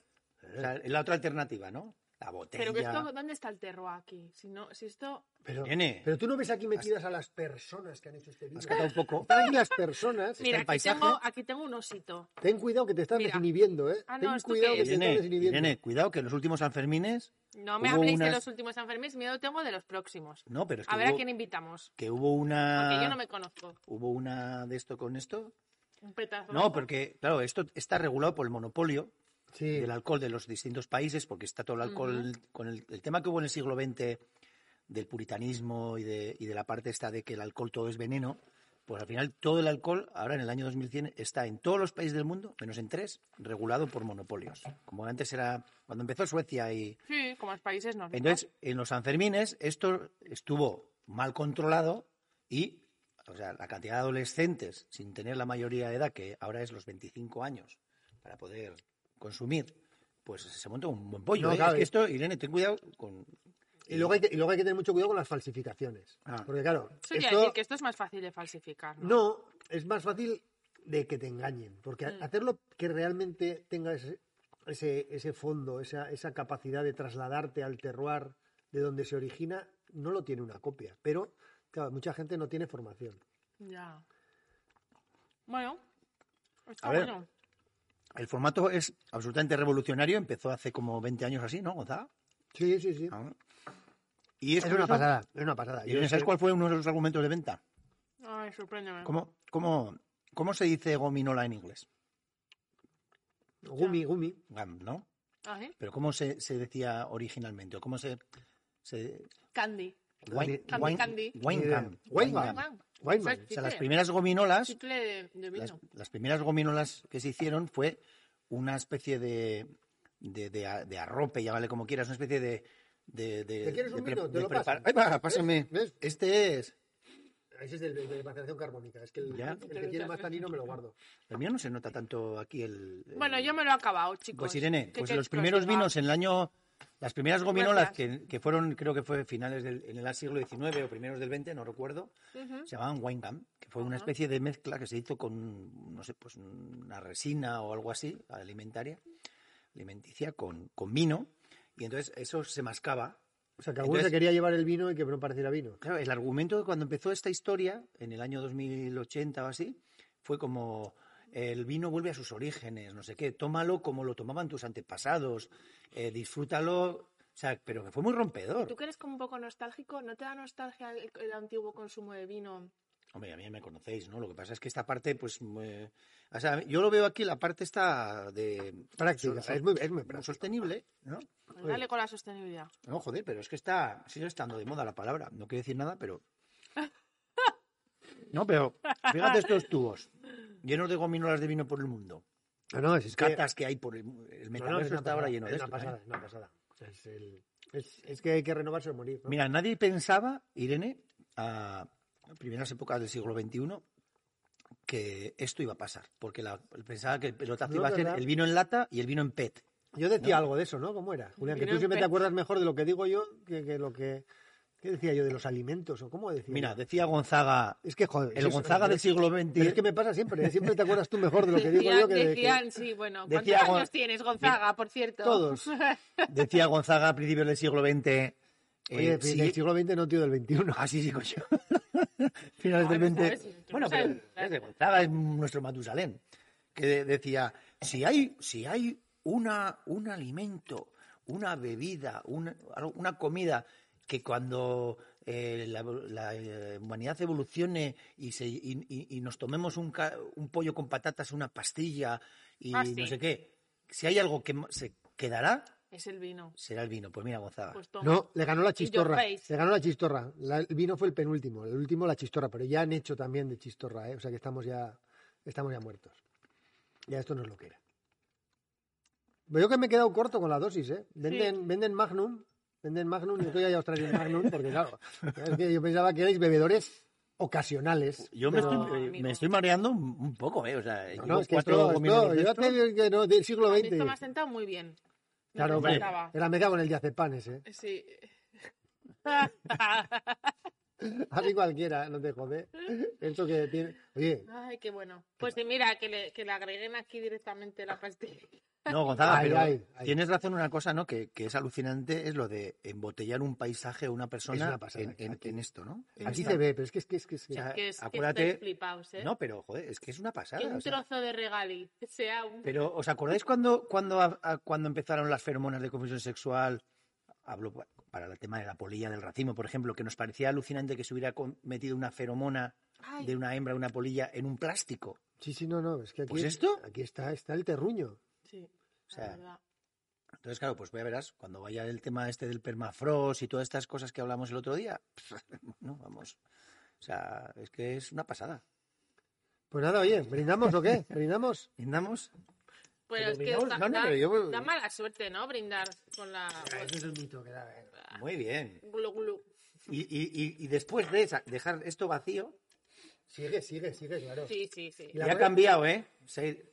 C: sea, la otra alternativa, ¿no? La botella.
B: Pero que esto, ¿dónde está el terroir aquí? Si no, si esto...
A: Pero,
C: Irene.
A: pero tú no ves aquí metidas a las personas que han hecho este
C: Has
A: vídeo.
C: catado un poco.
A: Están aquí las personas.
B: Mira,
C: el
B: aquí
C: paisaje.
B: tengo, aquí tengo un osito.
A: Ten cuidado que te estás
B: Mira.
A: desinhibiendo, ¿eh?
B: Ah, no,
A: Ten
B: ¿esto
A: cuidado
B: qué
A: que
B: es?
A: te estás
C: Irene,
A: desinhibiendo.
C: Irene, cuidado que en los últimos Sanfermines.
B: No me
C: Hubo
B: habléis de
C: unas-
B: los últimos Sanfermines, miedo tengo de los próximos.
C: No, pero es que,
B: A ver a
C: hubo,
B: quién invitamos,
C: que hubo una.
B: porque yo no me conozco.
C: Hubo una de esto con esto.
B: Un petazo.
C: No, porque, claro, esto está regulado por el monopolio
A: Sí.
C: del alcohol de los distintos países, porque está todo el alcohol con el, el tema que hubo en el siglo XX del puritanismo y de, y de la parte esta de que el alcohol todo es veneno, pues al final todo el alcohol, ahora en el año 2100, está en todos los países del mundo, menos en tres, regulado por monopolios. Como antes era, cuando empezó Suecia y...
B: Sí, como los países nórdicos.
C: Entonces, en los Sanfermines esto estuvo mal controlado y, o sea, la cantidad de adolescentes sin tener la mayoría de edad, que ahora es los 25 años, para poder consumir, pues se monta un buen pollo.
A: No,
C: ¿eh?
A: claro,
C: Es que
A: y-
C: esto, Irene, ten cuidado con...
A: Y luego, hay que, y luego hay que tener mucho cuidado con las falsificaciones.
C: Ah.
A: Porque claro,
B: Eso quiere
A: esto
B: decir que esto es más fácil de falsificar, ¿no?
A: no es más fácil de que te engañen. Porque
B: Mm.
A: hacerlo que realmente tenga ese, ese, ese fondo, esa, esa capacidad de trasladarte al terroir de donde se origina, no lo tiene una copia. Pero, claro, mucha gente no tiene formación.
B: Ya. Bueno, está
C: A ver.
B: bueno.
C: El formato es absolutamente revolucionario, empezó hace como 20 años así, ¿no, Gonzaga?
A: Sí, sí, sí.
C: Ah. Y
A: es una
C: curioso-
A: pasada, es una pasada. Yo
C: Irene,
A: es
C: ¿sabes
A: que-
C: cuál fue uno de los argumentos de venta?
B: Ay, sorpréndeme.
C: ¿Cómo, cómo, cómo se dice gominola en inglés?
A: Gumi, gumi.
C: Gum, ¿no?
B: Ah, ¿sí?
C: Pero ¿cómo se, se decía originalmente? ¿O cómo se... se-
B: Candy.
C: wine
A: Candy,
C: wine-
B: candy.
C: wine
A: Ni idea.
C: gum,
A: Wine
C: wine
A: gum.
C: gum.
B: Ah,
A: Weinmann.
C: O sea, las
B: Chicle.
C: primeras gominolas,
B: Chicle de, de
C: las,
A: eh,
B: vino.
C: las primeras gominolas que se hicieron fue una especie de, de, de, a- de arrope, llámale como quieras, una especie de... de, de-
A: ¿Te quieres
C: de
A: un
C: pre-
A: vino? Te
C: de
A: lo paso.
C: prepara- Ahí va, pásame.
A: ¿Ves?
C: Este es...
A: Ese es el de, de maceración carbónica. Es que el,
C: Ya.
A: el que tiene más tanino me lo guardo.
C: El mío no se nota tanto aquí el... el-
B: Bueno, yo me lo he acabado, chicos.
C: Pues Irene,
B: ¿Qué queréis
C: pues los
B: que os
C: primeros
B: diga?
C: vinos en el año, las primeras gominolas que, que fueron, creo que fue finales del en el siglo XIX o primeros del XX, no recuerdo,
A: eh.
C: se llamaban wine gum, que fue una especie de mezcla que se hizo con, no sé, pues una resina o algo así, alimentaria, alimenticia, con, con vino, y entonces eso se mascaba.
A: O sea, que alguno
C: Entonces-
A: se quería llevar el vino y que no pareciera vino.
C: Claro, el argumento de cuando empezó esta historia, en el año 2080 o así, fue como el vino vuelve a sus orígenes, no sé qué, tómalo como lo tomaban tus antepasados, eh, disfrútalo, o sea, pero que fue muy rompedor.
B: Tú que eres como un poco nostálgico, ¿no te da nostalgia el, el antiguo consumo de vino?
C: Hombre, a mí me conocéis, ¿no? Lo que pasa es que esta parte, pues, me- o sea, yo lo veo aquí, la parte está de...
A: Práctica, es muy- es muy práctica.
C: Sostenible, ¿no?
B: Pues Dale con la sostenibilidad.
C: No, joder, pero es que está, sigue estando de moda la palabra. No quiero decir nada, pero. No, pero fíjate estos tubos llenos de gominolas de vino por el mundo.
A: No, no, es
C: Cartas que hay por el, el
A: No,
C: metaverso
A: no, es una
C: está ahora
A: pasada,
C: lleno de
A: es una
C: esto, ¿eh?
A: pasada, es una pasada. Es, el- es- es que hay que renovarse o morir. ¿no?
C: Mira, nadie pensaba, Irene, a primeras épocas del siglo XXI, que esto iba a pasar. Porque la- pensaba que el pelotazo
A: No,
C: iba a ser
A: ¿verdad?
C: el vino en lata y el vino en PET.
A: Yo decía algo de eso, ¿no? ¿Cómo era? Julián, que
B: Vino
A: tú siempre
B: en
A: te
B: pe-
A: acuerdas mejor de lo que digo yo que, que lo que... ¿Qué decía yo? ¿De los alimentos? ¿O cómo decía?
C: Mira,
A: yo?
C: decía Gonzaga,
A: es que joder... es
C: el
A: eso,
C: Gonzaga
A: pero
C: del
A: es-
C: siglo
A: pero es que
C: XXI.
A: me pasa siempre, ¿eh? siempre te acuerdas tú mejor de lo que digo
B: Decían,
A: yo que de que-
B: decían, sí, bueno, ¿cuántos
C: decía Gon-
B: años tienes, Gonzaga, por cierto?
A: todos.
C: Decía Gonzaga a principios del siglo XX. eh,
A: Oye, del
C: si-
A: siglo XX no, tío, del XXI.
C: Ah, sí, sí, coño. Finales del
B: Bueno,
C: 20.
B: ¿sabes? Yo
C: Bueno,
B: no sé.
C: pero desde Gonzaga es nuestro Matusalén, que de- decía, si hay, si hay una, un alimento, una bebida, una, algo- una comida que cuando eh, la, la, eh, humanidad evolucione y, se, y, y- y nos tomemos un, ca- un pollo con patatas, una pastilla y
B: Ah, sí.
C: no sé qué, si hay algo que ma- se quedará,
B: Es el vino.
C: será el vino. Pues mira, Gonzaga.
B: Pues toma.
A: Ah, No, le ganó la
B: your
A: chistorra.
B: face.
A: Le ganó la chistorra. La- el vino fue el penúltimo, el último la chistorra, pero ya han hecho también de chistorra, ¿eh? o sea que estamos ya, estamos ya muertos. Ya esto no es lo que era. Veo que me he quedado corto con la dosis, ¿eh? Venden, venden Magnum, venden Magnum, y otro día ya os traigo un Magnum, porque claro, es que yo pensaba que erais bebedores ocasionales.
G: Yo me,
A: pero-
G: estoy, eh, me estoy mareando un, un poco, ¿eh? O sea,
A: No,
G: llevo
A: no, es que
G: cuatro
A: esto,
G: comiendo
A: esto,
G: de
A: yo
G: esto.
A: te digo que no, del siglo
B: Has
A: XX.
B: visto, me has sentado muy bien. Me
A: Claro, hombre,
B: presentaba.
A: era me cago en el yacepanes, ¿eh?
B: Sí.
A: A mí cualquiera, no te jode. Esto que tiene... Oye,
B: Ay, qué bueno. Pues sí, mira, que le, que le agreguen aquí directamente la pastilla.
G: No, Gonzaga,
A: Ay,
G: pero
A: ay, ay.
C: Tienes razón en una cosa, ¿no? Que, que es alucinante, es lo de embotellar un paisaje o una persona
A: una pasada,
C: en, en-
A: aquí.
C: en esto, ¿no? En
A: aquí
C: esta-
A: se ve, pero es que es que es que... es que-
C: O sea,
B: Que es que
C: acuérdate.
B: estáis flipados, ¿eh?
C: No, pero joder, es que es una pasada.
B: que un
C: o sea.
B: trozo de regali sea un...
C: Pero, ¿os acordáis cuando, cuando, a- a- cuando empezaron las feromonas de confusión sexual? Hablo pa- para el tema de la polilla del racimo, por ejemplo, que nos parecía alucinante que se hubiera con- metido una feromona
B: Ay,
C: de una hembra, una polilla, en un plástico.
A: Sí, sí, no, no, es que aquí,
C: Pues esto.
A: aquí está, está el terruño.
B: sí,
C: O sea,
B: la verdad.
C: Entonces, claro, pues ya verás, cuando vaya el tema este del permafrost y todas estas cosas que hablamos el otro día, no, vamos. O sea, es que es una pasada.
A: Pues nada, oye, ¿brindamos o qué? ¿Brindamos?
C: ¿Brindamos?
B: Pero es que
C: brindamos-
B: da,
C: no, no,
B: da-
C: pero yo-
B: da mala suerte, ¿no? Brindar con la...
A: es un mito que da.
C: Muy bien.
B: Glu, glu.
C: Y, y- y- y después de esa- dejar esto vacío,
A: Sigue, sigue, sigue, claro.
B: Sí, sí, sí.
A: Y la
C: ya ha
A: cosa-
C: cambiado, ¿eh? Se, ha i-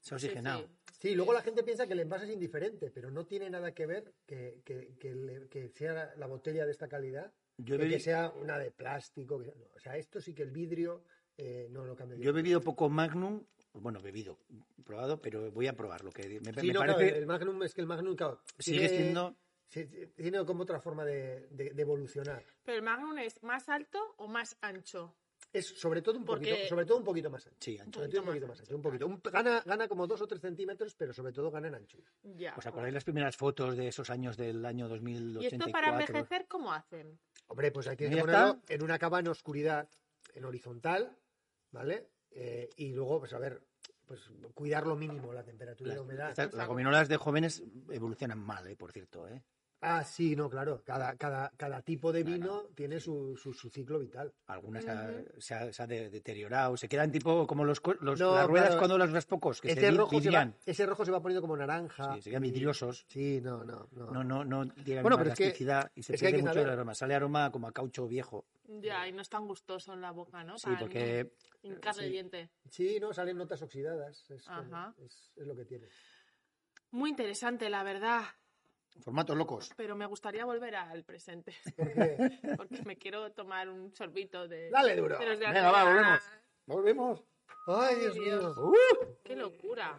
C: se ha
B: Sí,
C: oxigenado.
B: sí.
A: Sí, luego la gente piensa que el envase es indiferente, pero no tiene nada que ver que, que- que le- que sea la botella de esta calidad,
C: Yo, he
A: que,
C: bebi-
A: que sea una de plástico. que- no, o sea, esto sí que el vidrio eh, no lo cambia.
C: yo he bebido poco Magnum, bueno, bebido, probado, pero voy a probar lo que me,
A: Sí,
C: me
A: no, claro,
C: parece.
A: el Magnum es que el Magnum, claro,
C: sigue
A: tiene-
C: siendo.
A: sí, sí, tiene como otra forma de, de- de evolucionar.
B: Pero el Magnum es más alto o más ancho.
A: Es sobre todo un
B: Porque-
A: poquito, sobre todo un poquito más ancho.
C: Sí, ancho.
A: Sobre todo un poquito más ancho, un poquito. Un- gana, gana como dos o tres centímetros, pero sobre todo gana en anchura.
B: Ya.
C: ¿Os acordáis las primeras fotos de esos años Pues del año
B: ¿Y
C: 2084?
B: esto para envejecer cómo hacen?
A: Hombre, pues hay que
C: Ya
A: ponerlo en una cava en oscuridad, en horizontal, ¿vale? Eh, y luego, pues a ver, pues cuidar lo mínimo, la temperatura y
C: Las,
A: la humedad.
C: estas- las gominolas de jóvenes evolucionan mal, eh, por cierto. ¿eh?
A: Ah, sí, no, claro. Cada, cada, cada tipo de
C: Claro,
A: vino tiene su, su, su ciclo vital.
C: Algunas ha- se ha, se ha de- deteriorado, se quedan tipo como los, co- los-
A: No,
C: las ruedas
A: claro.
C: cuando las usas pocos, que
A: Ese
C: se vi-
A: rojo, se va,
C: vidrían.
A: ese rojo se va poniendo como naranja.
C: Sí, se quedan
A: y-
C: vidriosos.
A: Sí, no, no, no.
C: No, no, no llegan
A: Bueno,
C: a la
A: pero es que-
C: elasticidad y se
A: es que hay
C: pierde
A: que
C: mucho el
A: saber.
C: aroma. Sale aroma como a caucho viejo.
B: Ya, y no es tan gustoso en la boca, ¿no?
C: Sí,
B: Para
C: porque eh,
B: hincarle el diente.
A: Sí, no, salen notas oxidadas. Es, como-
B: Ajá.
A: es- es lo que tiene.
B: Muy interesante, la verdad.
C: formatos locos.
B: Pero me gustaría volver al presente.
A: Porque-
B: Porque me quiero tomar un sorbito de.
A: Dale duro.
B: de los de
C: Venga, va,
B: arriba.
C: volvemos.
A: Volvemos. Ay, Dios mío.
B: Dios. ¡Qué locura!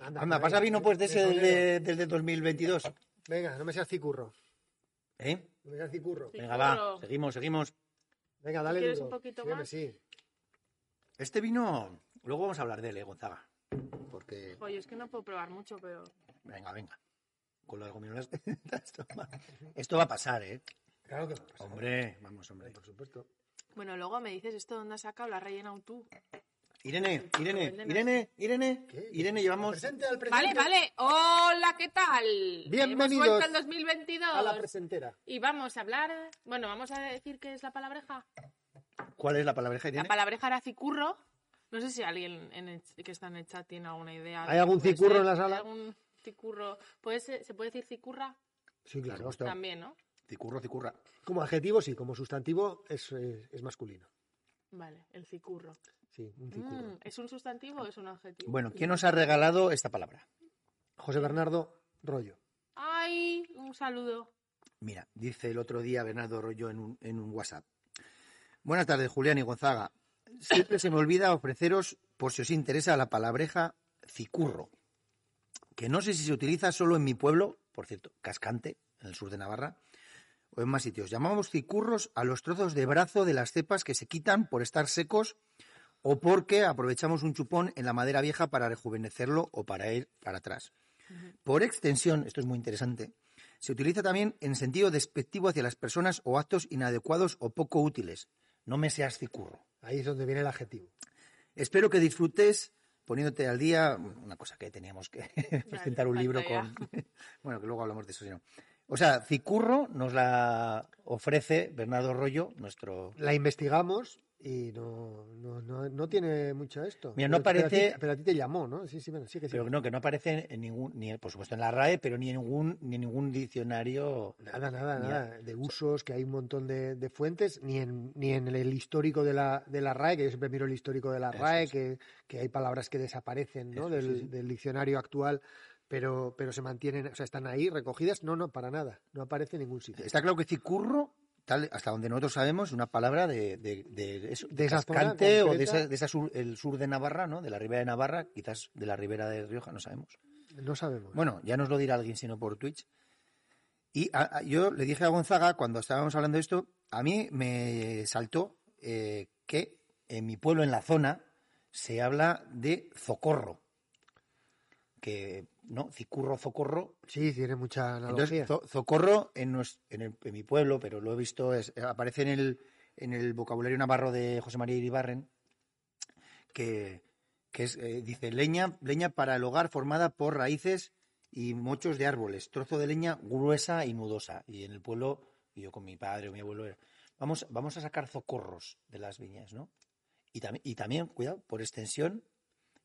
C: Anda, pasa vino pues de ese del
A: Tesorero.
C: de, del de 2022.
A: Venga, no me seas cicurro.
C: ¿eh?
A: No me seas cicurro.
B: Sí,
C: Venga,
B: claro.
C: va, seguimos, seguimos.
A: Venga, dale
B: ¿Quieres
A: duro.
B: un
A: Sí,
B: poquito
A: hombre,
B: más?
A: sí.
C: Este vino, luego vamos a hablar de él, eh, Gonzaga. Porque,
B: Oye, Pues es que no puedo probar mucho, pero.
C: venga, venga. Con las gominolas que estás tomando. Esto va a pasar, ¿eh?
A: Claro que va Pues a pasar.
C: Hombre, vamos, hombre.
A: Por supuesto.
B: Bueno, luego me dices esto dónde has sacado, la has rellenado tú.
A: Pues
C: Irene, Irene,
B: Venden
C: Irene, Irene,
A: ¿Qué?
C: Irene, llevamos...
A: Presente al
E: Vale,
A: presente.
E: vale. Hola, ¿qué tal?
B: Eh,
A: Bienvenidos
E: Hemos vuelto al
A: A la
E: 2022.
A: presentera.
B: Y vamos a hablar. Bueno, vamos a decir qué es la palabreja.
C: ¿Cuál es la
B: La
C: palabreja, Irene?
B: palabreja era cicurro. No sé si alguien en el- que está en el chat tiene alguna idea.
A: ¿Hay algún
B: Puede
A: cicurro
B: ser,
A: en la sala?
B: ¿Hay algún cicurro? ¿Puede ser- ¿Se puede decir cicurra?
A: Sí, claro.
C: Por supuesto.
B: También, ¿no?
C: Cicurro, cicurra.
A: Como adjetivo, sí. Como sustantivo, es, eh, es masculino.
B: Vale, el cicurro.
A: Sí, un cicurro.
B: Mm, ¿Es un sustantivo o es un adjetivo?
C: Bueno, ¿quién nos ha regalado esta palabra?
A: José Bernardo Rollo.
B: ¡Ay! Un saludo.
C: Mira, dice el otro día Bernardo Rollo en un, en un WhatsApp. Buenas tardes, Julián y Gonzaga. Siempre se me olvida ofreceros, por si os interesa, la palabreja cicurro, que no sé si se utiliza solo en mi pueblo, por cierto, Cascante, en el sur de Navarra, o en más sitios. Llamamos cicurros a los trozos de brazo de las cepas que se quitan por estar secos o porque aprovechamos un chupón en la madera vieja para rejuvenecerlo o para ir para atrás. Por extensión, esto es muy interesante, se utiliza también en sentido despectivo hacia las personas o actos inadecuados o poco útiles. No me seas cicurro.
A: Ahí es donde viene el adjetivo.
C: Espero que disfrutes poniéndote al día, una cosa que teníamos que presentar un
B: falta
C: libro
B: ya.
C: con... bueno, que luego hablamos de eso, si no. O sea, Cicurro nos la ofrece Bernardo Rollo, nuestro...
A: La investigamos Y no, no, no, no tiene mucho esto.
G: Mira, no
A: Pero- pero a ti- Pero a,
G: parece-
A: ti, te llamó, ¿no? Sí, sí, bueno, sí que sí.
G: Pero no, que no aparece en ningún, ni, por supuesto en la RAE, pero ni en ningún, ni en ningún diccionario.
A: Nada, nada,
G: Ni a-
A: nada. De usos, que hay un montón de, de fuentes, ni en, ni en el histórico de la, de la RAE, que yo siempre miro el histórico de la
G: Eso
A: RAE,
G: es.
A: que, que hay palabras que desaparecen ¿no?
G: Eso,
A: del,
G: sí, sí.
A: del diccionario actual, pero, pero se mantienen, o sea, están ahí recogidas. No, no, para nada. No aparece en ningún sitio.
C: Está claro que cicurro, tal, hasta donde nosotros sabemos, una palabra de, de, de eso, de
A: De esa zona
C: Cascante o de
A: concreta.
C: esa, de esa sur- el sur de Navarra, ¿no? De la ribera de Navarra, quizás de la ribera de Rioja, no sabemos.
A: No sabemos.
C: Bueno, ya nos lo dirá alguien, sino por Twitch. Y a- a- yo le dije a Gonzaga, cuando estábamos hablando de esto, a mí me saltó eh, que en mi pueblo, en la zona, se habla de zocorro. Que, ¿no? Cicurro, zocorro.
A: sí, tiene mucha analogía.
C: Entonces, zo- zocorro en, nues- en, el- en mi pueblo, pero lo he visto, es- aparece en el, en el vocabulario navarro de José María Iribarren, que, que es, eh, dice leña, leña para el hogar formada por raíces y mochos de árboles, trozo de leña gruesa y nudosa. Y en el pueblo, y yo con mi padre o mi abuelo, era, vamos, vamos a sacar zocorros de las viñas, ¿no? Y, también y también, cuidado, por extensión,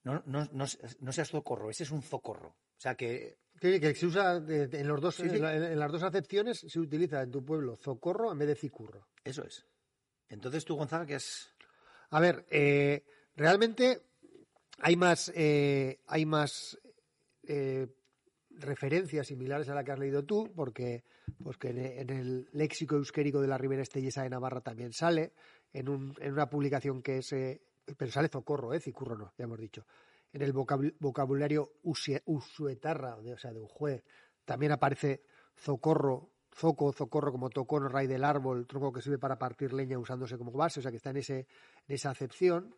C: no, no, no, no seas zocorro, ese es un zocorro. O sea que
A: Sí, que se usa de- de- en, los dos,
C: Sí, sí.
A: En, la- en las dos acepciones, se utiliza en tu pueblo zocorro en vez de cicurro.
C: Eso es. Entonces tú, Gonzaga, que es
A: A ver, eh, realmente hay más, eh, hay más eh, referencias similares a la que has leído tú, porque, porque en, e, en el léxico euskérico de la Ribera Estellesa de Navarra también sale, en, un- en una publicación que es... eh, pero sale Zocorro, ¿eh? Cicurro no, ya hemos dicho. En el vocab- vocabulario usie- usuetarra, de- o sea, de un juez, también aparece Zocorro, Zoco, Zocorro como tocón o raíz del árbol, tronco que sirve para partir leña usándose como base, o sea, que está en, ese, en esa acepción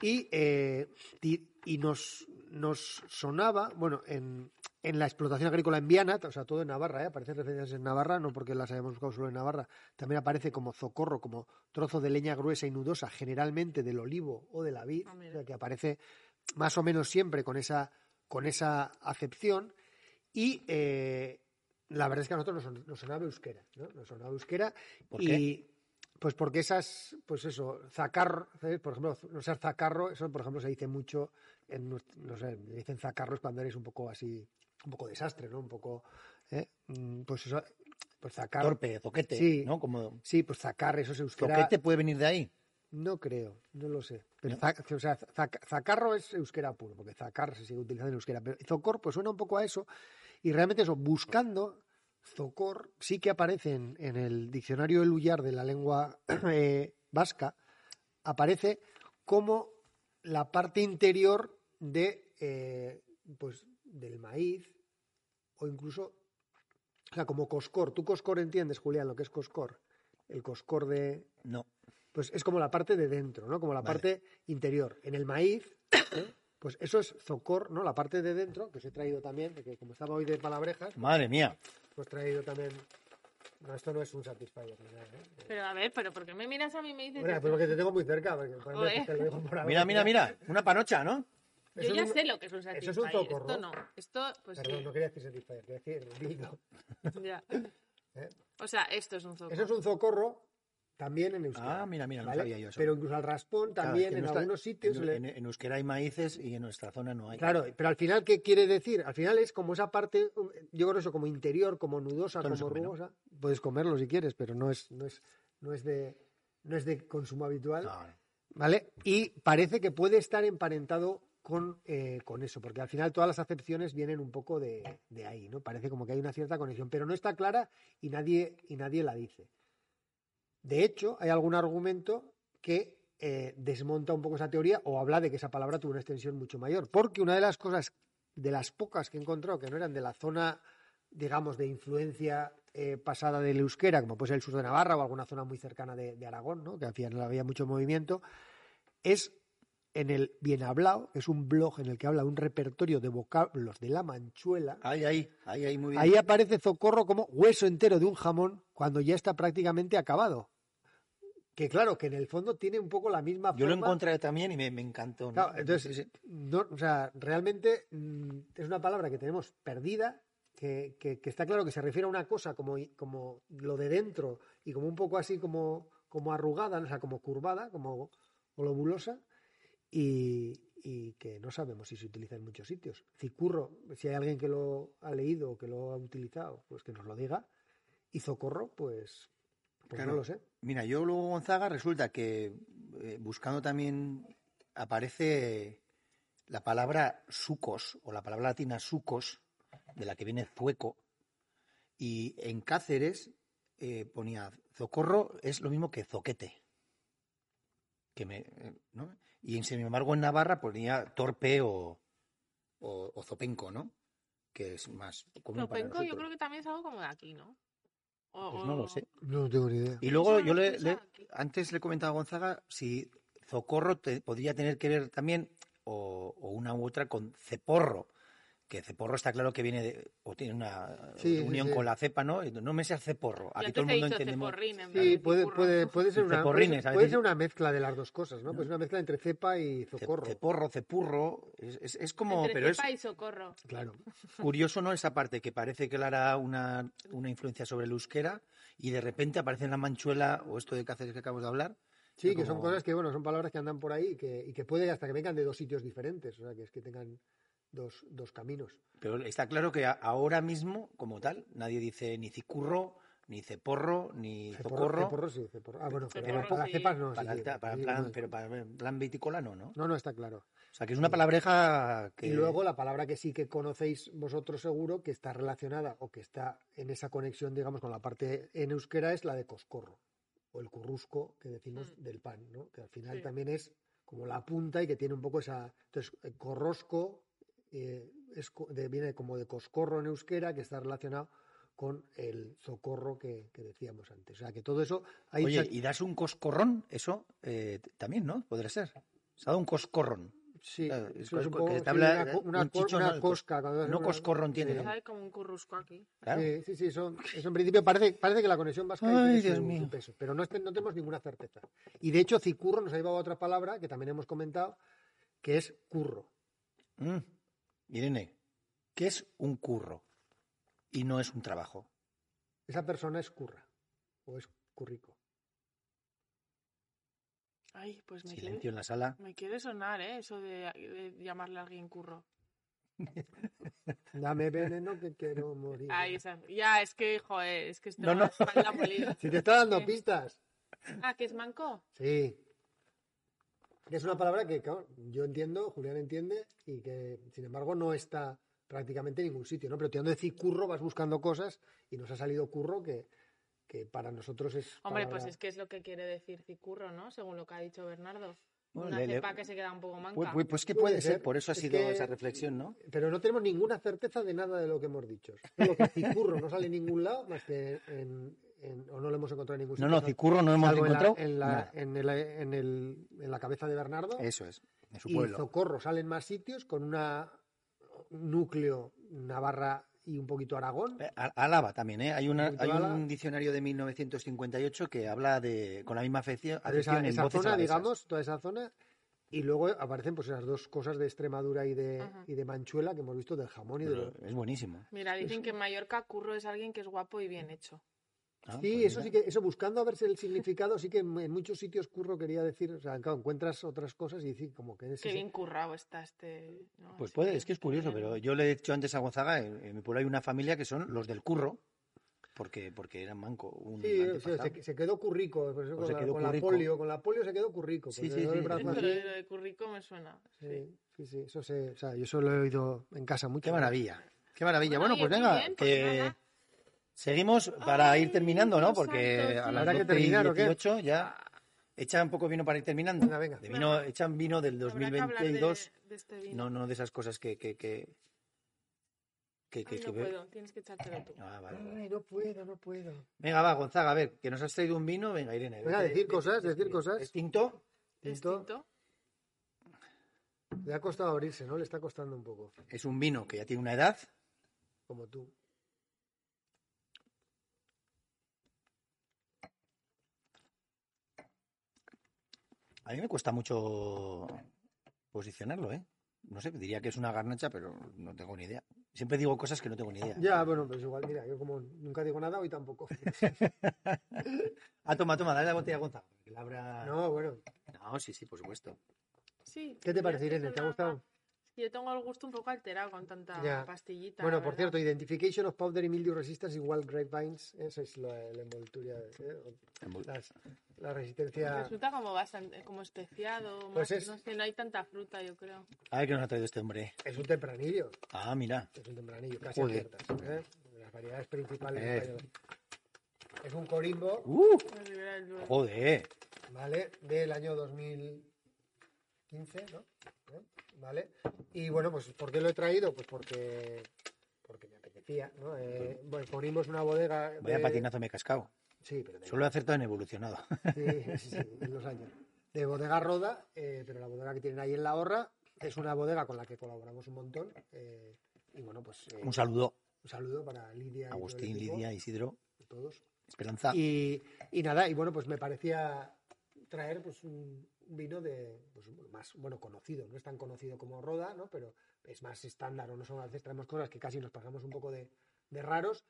A: y, eh, ti- y nos, nos sonaba, bueno, en, en la explotación agrícola en Viana, o sea, todo en Navarra, ¿eh? aparecen referencias en Navarra, no porque las hayamos buscado solo en Navarra, también aparece como zocorro, como trozo de leña gruesa y nudosa, generalmente del olivo o de la vid,
B: Ah,
A: o
B: mira.
A: sea, que aparece más o menos siempre con esa, con esa acepción. Y eh, la verdad es que a nosotros nos, son- nos sonaba euskera, ¿no? Nos sonaba euskera
G: ¿Por
A: y,
G: qué?
A: pues porque esas, pues eso, zacarro, ¿sabes? por ejemplo, no seas zacarro, eso por ejemplo se dice mucho, en, nues- no sé, le dicen zacarros cuando eres un poco así, un poco desastre, ¿no? Un poco, ¿eh? Mm, pues eso, pues zacar,
G: Torpe, zoquete,
A: Sí.
G: ¿no? Como
A: sí, pues zacar, eso es euskera,
G: zoquete puede venir de ahí.
A: no creo, no lo sé, pero
G: ¿No?
A: za- o sea, zac- zacarro es euskera puro, porque zacar se sigue utilizando en euskera, pero zocor pues suena un poco a eso, y realmente eso, buscando, zocor sí que aparece en, en el diccionario del Ullar de la lengua eh, vasca, aparece como la parte interior de, eh, pues, del maíz o incluso, o sea, como coscor. ¿Tú coscor entiendes, Julián, lo que es coscor? El coscor de...
G: No.
A: Pues es como la parte de dentro, ¿no? Como la
G: Vale.
A: parte interior. En el maíz, ¿eh? pues eso es zocor, ¿no? La parte de dentro, que os he traído también, porque como estaba hoy de palabrejas,
G: Madre mía.
A: pues traído también. No, esto no es un Satisfyer. ni nada, ¿eh?
B: Pero a ver, pero ¿por qué me miras a mí y me dices?
A: Bueno,
B: que-
A: pues porque te tengo muy cerca. Porque, joder,
B: Joder.
A: te lo digo por ahora.
G: Mira, mira, mira. Una panocha, ¿no?
A: Eso
B: Yo ya
A: es un-
B: sé lo que es un satisfier.
A: eso es un tocorro.
B: Esto no. Esto, pues
A: Perdón,
B: sí,
A: no quería decir Satisfyer, quería decir dildo.
B: ya.
A: ¿Eh?
B: O sea, esto es un zoco.
A: Eso es un zocorro también en euskera.
G: Ah, mira, mira, no
A: ¿vale?
G: sabía yo eso.
A: Pero incluso al raspón
G: Claro,
A: también
G: es que
A: en
G: nuestra-
A: algunos sitios.
G: En,
A: le-
G: en- en Euskera hay maíces y en nuestra zona no hay.
A: Claro, pero al final, ¿qué quiere decir? Al final es como esa parte, um, yo creo eso, como interior, como nudosa,
G: Esto
A: como
G: no se come, ¿no?
A: rugosa. Puedes comerlo si quieres, pero no es, no es, no es de no es de consumo habitual.
G: No, no.
A: ¿Vale? Y parece que puede estar emparentado con, eh, con eso, porque al final todas las acepciones vienen un poco de, de ahí, ¿no? Parece como que hay una cierta conexión, pero no está clara y nadie, y nadie la dice. De hecho, hay algún argumento que eh, desmonta un poco esa teoría o habla de que esa palabra tuvo una extensión mucho mayor, porque una de las cosas, de las pocas que he encontrado que no eran de la zona, digamos, de influencia eh, pasada del euskera, como puede ser el sur de Navarra o alguna zona muy cercana de, de Aragón, ¿no? que hacían- había mucho movimiento, es en el Bien Hablado, que es un blog en el que habla un repertorio de vocablos de la manchuela.
G: Ahí, ahí, ahí, ahí, muy bien.
A: Ahí aparece Zocorro como hueso entero de un jamón cuando ya está prácticamente acabado. Que claro, que en el fondo tiene un poco la misma
G: Yo lo
A: forma.
G: encontré también y me, me encantó. ¿no?
A: Claro, entonces,
G: Sí,
A: eh,
G: sí.
A: no, o sea, realmente mm, es una palabra que tenemos perdida, que, que- que está claro que se refiere a una cosa como, como lo de dentro y como un poco así como, como arrugada, o sea, como curvada, como globulosa, y, y que no sabemos si se utiliza en muchos sitios. Cicurro, si hay alguien que lo ha leído o que lo ha utilizado, pues que nos lo diga. Y Zocorro, pues, pues
C: Claro.
A: no lo sé.
C: Mira, yo luego Gonzaga resulta que eh, buscando también aparece la palabra sucos o la palabra latina sucos, de la que viene zueco, y en Cáceres eh, ponía zocorro es lo mismo que zoquete. Que me, eh, ¿no? Y sin embargo en Navarra ponía torpe o, o- o zopenco, ¿no? Que es más común para
B: Zopenco yo
C: nosotros.
B: creo que también es algo como de aquí, ¿no? O-
C: Pues
B: o-
C: no lo sé.
A: No tengo ni idea.
C: Y luego
B: Escucha,
C: yo le,
B: escucha
C: le-
B: aquí.
C: antes le comentaba a Gonzaga si Zocorro te- podría tener que ver también o, o una u otra con Ceporro, que Ceporro está claro que viene de, o tiene una
A: Sí, sí,
C: unión
A: sí.
C: con la cepa, ¿no? No me seas Ceporro.
B: Yo
C: Aquí
B: antes
C: todo el
B: he
C: mundo
B: dicho
C: entendemos.
B: ceporrín en vez
A: Sí,
B: de
A: puede,
B: cicurro.
A: puede, puede ser
C: Y
A: una, puede,
C: ceporrines,
A: ser-
C: a
A: puede
C: veces-
A: ser una mezcla de las dos cosas, ¿no? Pues una mezcla entre cepa y zocorro.
C: Ceporro, Cepurro, es, es- es como,
B: Entre
C: pero es
B: cepa y socorro.
A: Claro.
C: curioso, ¿no? Esa parte que parece clara una, una influencia sobre el euskera y de repente aparece en la manchuela o esto de Cáceres que acabamos de hablar.
A: Sí,
C: Pero
A: que son
C: como-
A: cosas que, bueno, son palabras que andan por ahí y que, y que puede hasta que vengan de dos sitios diferentes, o sea, que es que tengan dos, dos caminos.
C: Pero está claro que a- ahora mismo, como tal, nadie dice ni cicurro, ni ceporro, ni zocorro.
A: Ceporro sí, ceporro. Ah, bueno, pero
B: Ceporro
A: para las
B: sí.
A: cepas no. sí,
C: para,
A: sí,
C: el ta- para
A: sí,
C: plan,
A: no,
C: pero para el plan viticolano, ¿no?
A: No, no, está claro.
C: O sea, que es una palabreja que...
A: Y luego la palabra que sí que conocéis vosotros seguro, que está relacionada o que está en esa conexión, digamos, con la parte en euskera, es la de coscorro, o el currusco que decimos del pan, ¿no? Que al final
B: Sí.
A: también es como la punta y que tiene un poco esa... Entonces, el corrosco eh, es co- de- viene como de coscorro en euskera, que está relacionado con el socorro que, que decíamos antes. O sea, que todo eso... Hay
C: Oye,
A: muchas-
C: y das un coscorrón, eso eh, t- también, ¿no? Podría ser. Se ha dado un coscorrón.
A: Sí,
C: claro,
A: eso
C: eh, es
A: es un
C: que
A: poco-
C: te
A: sí,
C: habla-
A: una co-
C: un
A: una cor-
C: chicho,
A: una
C: no, el cos-
A: cosca. cuando-
C: no coscorrón tiene,
A: Sí.
C: ¿no?
B: ¿Sabe? Como un currusco aquí.
C: Claro.
A: Eh, Sí, sí, sí, son, eso en principio parece, parece que la conexión vasca ahí
C: Ay,
A: tiene su-
C: Dios
A: su
C: mío.
A: peso, pero no, este- no tenemos ninguna certeza. Y de hecho, cicurro nos ha llevado a otra palabra que también hemos comentado, que es curro.
C: Mm. Irene, ¿qué es un curro? Y no es un trabajo.
A: Esa persona es curra o es currico.
B: Ay, pues me quiere,
C: Silencio en la sala.
B: me quiere sonar, ¿eh? Eso de, de llamarle a alguien curro.
A: Dame veneno que quiero morir.
B: Ay, esa- Ya, es que, joder, es que estoy
C: No,
B: con la
C: no.
B: espalda molida.
A: Si te está dando
B: Sí.
A: pistas.
B: Ah, que es manco.
A: Sí. Que Es una palabra que claro, yo entiendo, Julián entiende, y que sin embargo no está prácticamente en ningún sitio, ¿no? Pero tirando de decir curro vas buscando cosas y nos ha salido curro que, que para nosotros es.
B: Hombre,
A: palabra-
B: pues es que es lo que quiere decir cicurro, ¿no? Según lo que ha dicho Bernardo.
C: Bueno,
B: Una
C: le- le-
B: cepa que se queda un poco manca.
C: Pues, pues- pues que
A: Puede
C: puede ser,
A: ser.
C: por eso ha
A: Es
C: sido
A: que-
C: esa reflexión, ¿no?
A: Pero no tenemos ninguna certeza de nada de lo que hemos dicho. Solo que cicurro no sale en ningún lado más que en, en- o pues no lo hemos encontrado en ningún
C: No,
A: sitio.
C: no, Cicurro no hemos
A: Salvo en la-
C: encontrado.
A: en la-
C: nada.
A: en el- en el- en la cabeza de Bernardo.
C: Eso es, en su
A: y
C: pueblo.
A: Zocorro salen más sitios con una un núcleo Navarra y un poquito Aragón.
C: Eh, a- Álava también, ¿eh? Hay, una,
A: Un poquito
C: hay
A: Álava.
C: un diccionario de 1958 que habla de con la misma afección,
A: Pero esa,
C: afección en
A: esa
C: voces
A: zona,
C: alavesas.
A: digamos, toda esa zona. Y luego aparecen pues esas dos cosas de Extremadura y de,
B: Ajá.
A: y de Manchuela que hemos visto del jamón y de...
C: Pero
A: lo-
C: es buenísimo.
B: Mira, dicen que en Mallorca curro es alguien que es guapo y bien hecho.
C: Ah,
A: Sí,
C: pues
A: eso sí
C: mira.
A: que, eso buscando a ver si el significado, sí que en, en muchos sitios curro quería decir, o sea, claro, encuentras otras cosas y decir como que es
B: Qué
A: ese-
B: bien currado está este. ¿no?
C: Pues
B: Así
C: puede, es que es curioso,
B: bien.
C: pero yo le he dicho antes a Gonzaga, en, en mi pueblo hay una familia que son los del curro, porque, porque eran manco, un
A: Sí, o sea,
C: antepasado.
A: se, se quedó currico, por eso
C: O
A: con,
C: Pues se
A: la,
C: quedó
A: con la
C: currico.
A: polio, con la polio se quedó currico.
C: Sí,
A: porque
C: sí,
A: dio el
C: sí,
A: brazo
B: Esto
A: así.
B: de, lo de currico me suena. sí.
A: Sí, sí, sí, eso se, o sea, yo eso lo he oído en casa mucho.
C: Qué maravilla, qué maravilla. Bueno,
B: Bueno,
C: pues
B: oye, muy
C: venga,
B: bien, pues
C: que
B: nada.
C: seguimos para
B: Ay,
C: ir terminando, ¿no?
B: Dios
C: Porque
B: santo,
C: a
B: sí.
C: las
A: ¿Habrá que
C: 12 y
A: terminar o qué?
C: 18 ya echan poco vino para ir terminando.
A: Venga, venga.
C: De vino, echan vino del
B: Habrá que hablar de-
C: 2022.
B: de este vino.
C: No, no de esas cosas que... que, que, que, que-
B: Ay, no
C: que-
B: puedo, tienes que echártelo tú.
C: Ah, vale, vale.
A: Ay, no puedo, no puedo.
C: Venga, va, Gonzaga, a ver, que nos has traído un vino. Venga, Irene.
A: Venga,
C: vete,
A: decir
C: vete,
A: cosas,
C: vete,
A: decir
C: vete.
A: cosas.
C: ¿Es tinto?
B: ¿Es
A: Tinto.
B: tinto?
A: Le ha costado abrirse, ¿no? Le está costando un poco,
C: Es un vino que ya tiene una edad.
A: como tú.
C: A mí me cuesta mucho posicionarlo, ¿eh? No sé, diría que es una garnacha, pero no tengo ni idea. Siempre digo cosas que no tengo ni idea.
A: Ya, bueno, pues igual, mira, yo como nunca digo nada, hoy tampoco.
C: Ah, toma, toma, dale la botella a Gonzalo. que la abra-
A: No, bueno,
C: No, sí, sí, por supuesto.
B: Sí.
A: ¿qué te
B: yo
A: parece,
B: es que
A: Irene?
B: es
A: ¿Te ha
B: una-
A: gustado?
B: Yo tengo el gusto un poco alterado con tanta
A: Ya.
B: pastillita.
A: Bueno,
B: la
A: por
B: verdad.
A: cierto, Identification of Powder y Mildew Resistance igual Grapevines, esa es la, la envoltura, eh, las- la resistencia.
B: Resulta como bastante, como especiado,
A: Pues
B: más-
A: es-
B: no sé, no hay tanta fruta, yo creo.
C: A ver qué nos ha traído este hombre.
A: Es un tempranillo,
C: Ah, mira.
A: es un tempranillo, casi
C: Joder.
A: aciertas, ¿eh? Las variedades principales
C: Eh.
A: españolas. Es un corimbo,
C: ¡Uh!
B: No sé, era el duelo.
C: Joder.
A: ¿vale? Del año 2015, ¿no? ¿Eh? ¿Vale? Y bueno, pues ¿por qué lo he traído? Pues porque porque me apetecía, ¿no? Eh, bueno, Corimbo es una bodega de...
C: Vaya patinazo me he cascado.
A: Sí, pero de,
C: Solo he acertado en evolucionado.
A: sí, sí, sí, en los años. De bodega Roda, eh, pero la bodega que tienen ahí en La Horra es una bodega con la que colaboramos un montón. eh, y bueno, pues eh,
C: Un saludo.
A: un saludo para Lidia. y todo el
C: Agustín,
A: equipo,
C: Lidia, Isidro,
A: Todos.
C: Esperanza.
A: Y, y nada, y bueno, pues me parecía traer pues un un vino de pues, más bueno conocido, no es tan conocido como Roda, ¿no? Pero es más estándar, o no son a veces traemos cosas que casi nos pasamos un poco de, de raros.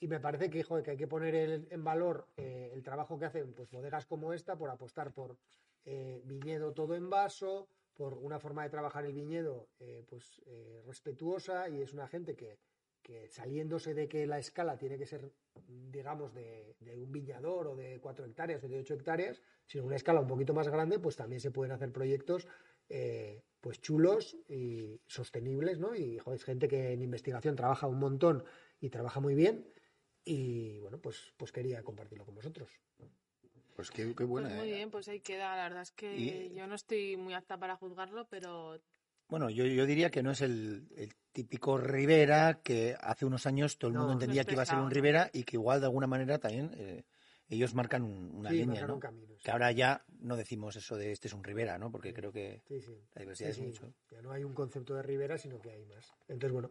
A: Y me parece que, joder, que hay que poner el- en valor eh, el trabajo que hacen pues bodegas como esta por apostar por eh, viñedo todo en vaso, por una forma de trabajar el viñedo eh, pues eh, respetuosa y es una gente que, que saliéndose de que la escala tiene que ser digamos, de, de un viñador o de 4 hectáreas o de 8 hectáreas, sino una escala un poquito más grande, pues también se pueden hacer proyectos eh, pues chulos y sostenibles, ¿no? Y joder, es gente que en investigación trabaja un montón y trabaja muy bien. Y bueno, pues, pues quería compartirlo con vosotros.
H: Pues qué, qué
B: Pues
H: buena.
B: muy
H: eh.
B: bien, pues ahí queda. La verdad es que
C: Y-
B: yo no estoy muy apta para juzgarlo, pero
C: Bueno, yo, yo diría que no es el, el típico Rivera que hace unos años todo el
A: No,
C: mundo
A: no
C: entendía
B: es
C: que iba a ser
B: pesado,
C: un
B: ¿no?
C: Rivera y que igual de alguna manera también eh, ellos marcan un- una
A: Sí,
C: línea,
A: marcar
C: ¿no?
A: un camino, sí.
C: Que ahora ya no decimos eso de este es un Rivera, ¿no? Porque creo que
A: Sí, sí.
C: la
A: Sí,
C: diversidad
A: sí,
C: Pues es mucho.
A: Ya no hay un concepto de Rivera, sino que hay más. Entonces, bueno,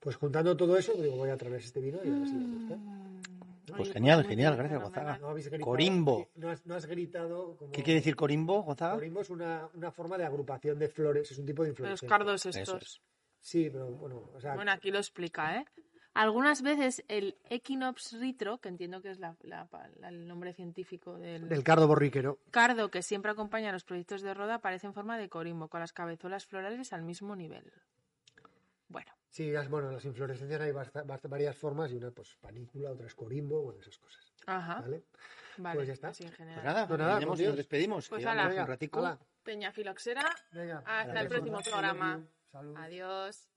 A: pues juntando todo eso, digo, voy a través este vino y a ver si les
C: Mm.
A: gusta.
C: Pues
B: Mm, Oye,
C: genial,
B: muy
C: genial,
B: bien,
C: gracias
B: fenomenal.
C: Gonzaga.
A: No habéis gritado-
C: Corimbo.
A: No has, no has gritado como...
C: ¿Qué quiere decir Corimbo, Gonzaga?
A: Corimbo es una, una forma de agrupación de flores, es un tipo de
B: Los
A: inflorescencia.
B: cardos
C: Eso
B: estos.
C: es.
A: Sí, pero bueno, o sea,
B: Bueno, aquí lo explica, ¿eh? Algunas veces el Equinops ritro, que entiendo que es la- la- la- el nombre científico del,
A: del cardo borriquero.
B: cardo que siempre acompaña los proyectos de roda, aparece en forma de corimbo, con las cabezuelas florales al mismo nivel. Bueno,
A: Sí, las- bueno, las inflorescencias hay basta- basta- varias formas y una pues panícula, otra es corimbo, bueno, esas cosas,
B: ajá, vale,
A: ¿vale? pues ya está.
B: así en general.
C: Pues nada,
A: Pues nada,
C: terminamos
A: con
C: y
A: Dios.
C: nos despedimos.
B: Pues
C: que
B: ala.
C: llevamos
A: Venga,
C: un ratico.
A: ala,
B: Peña Filoxera,
A: venga.
B: Hasta el
A: Gracias.
C: Mm.
B: próximo programa.
A: Salud.
B: adiós.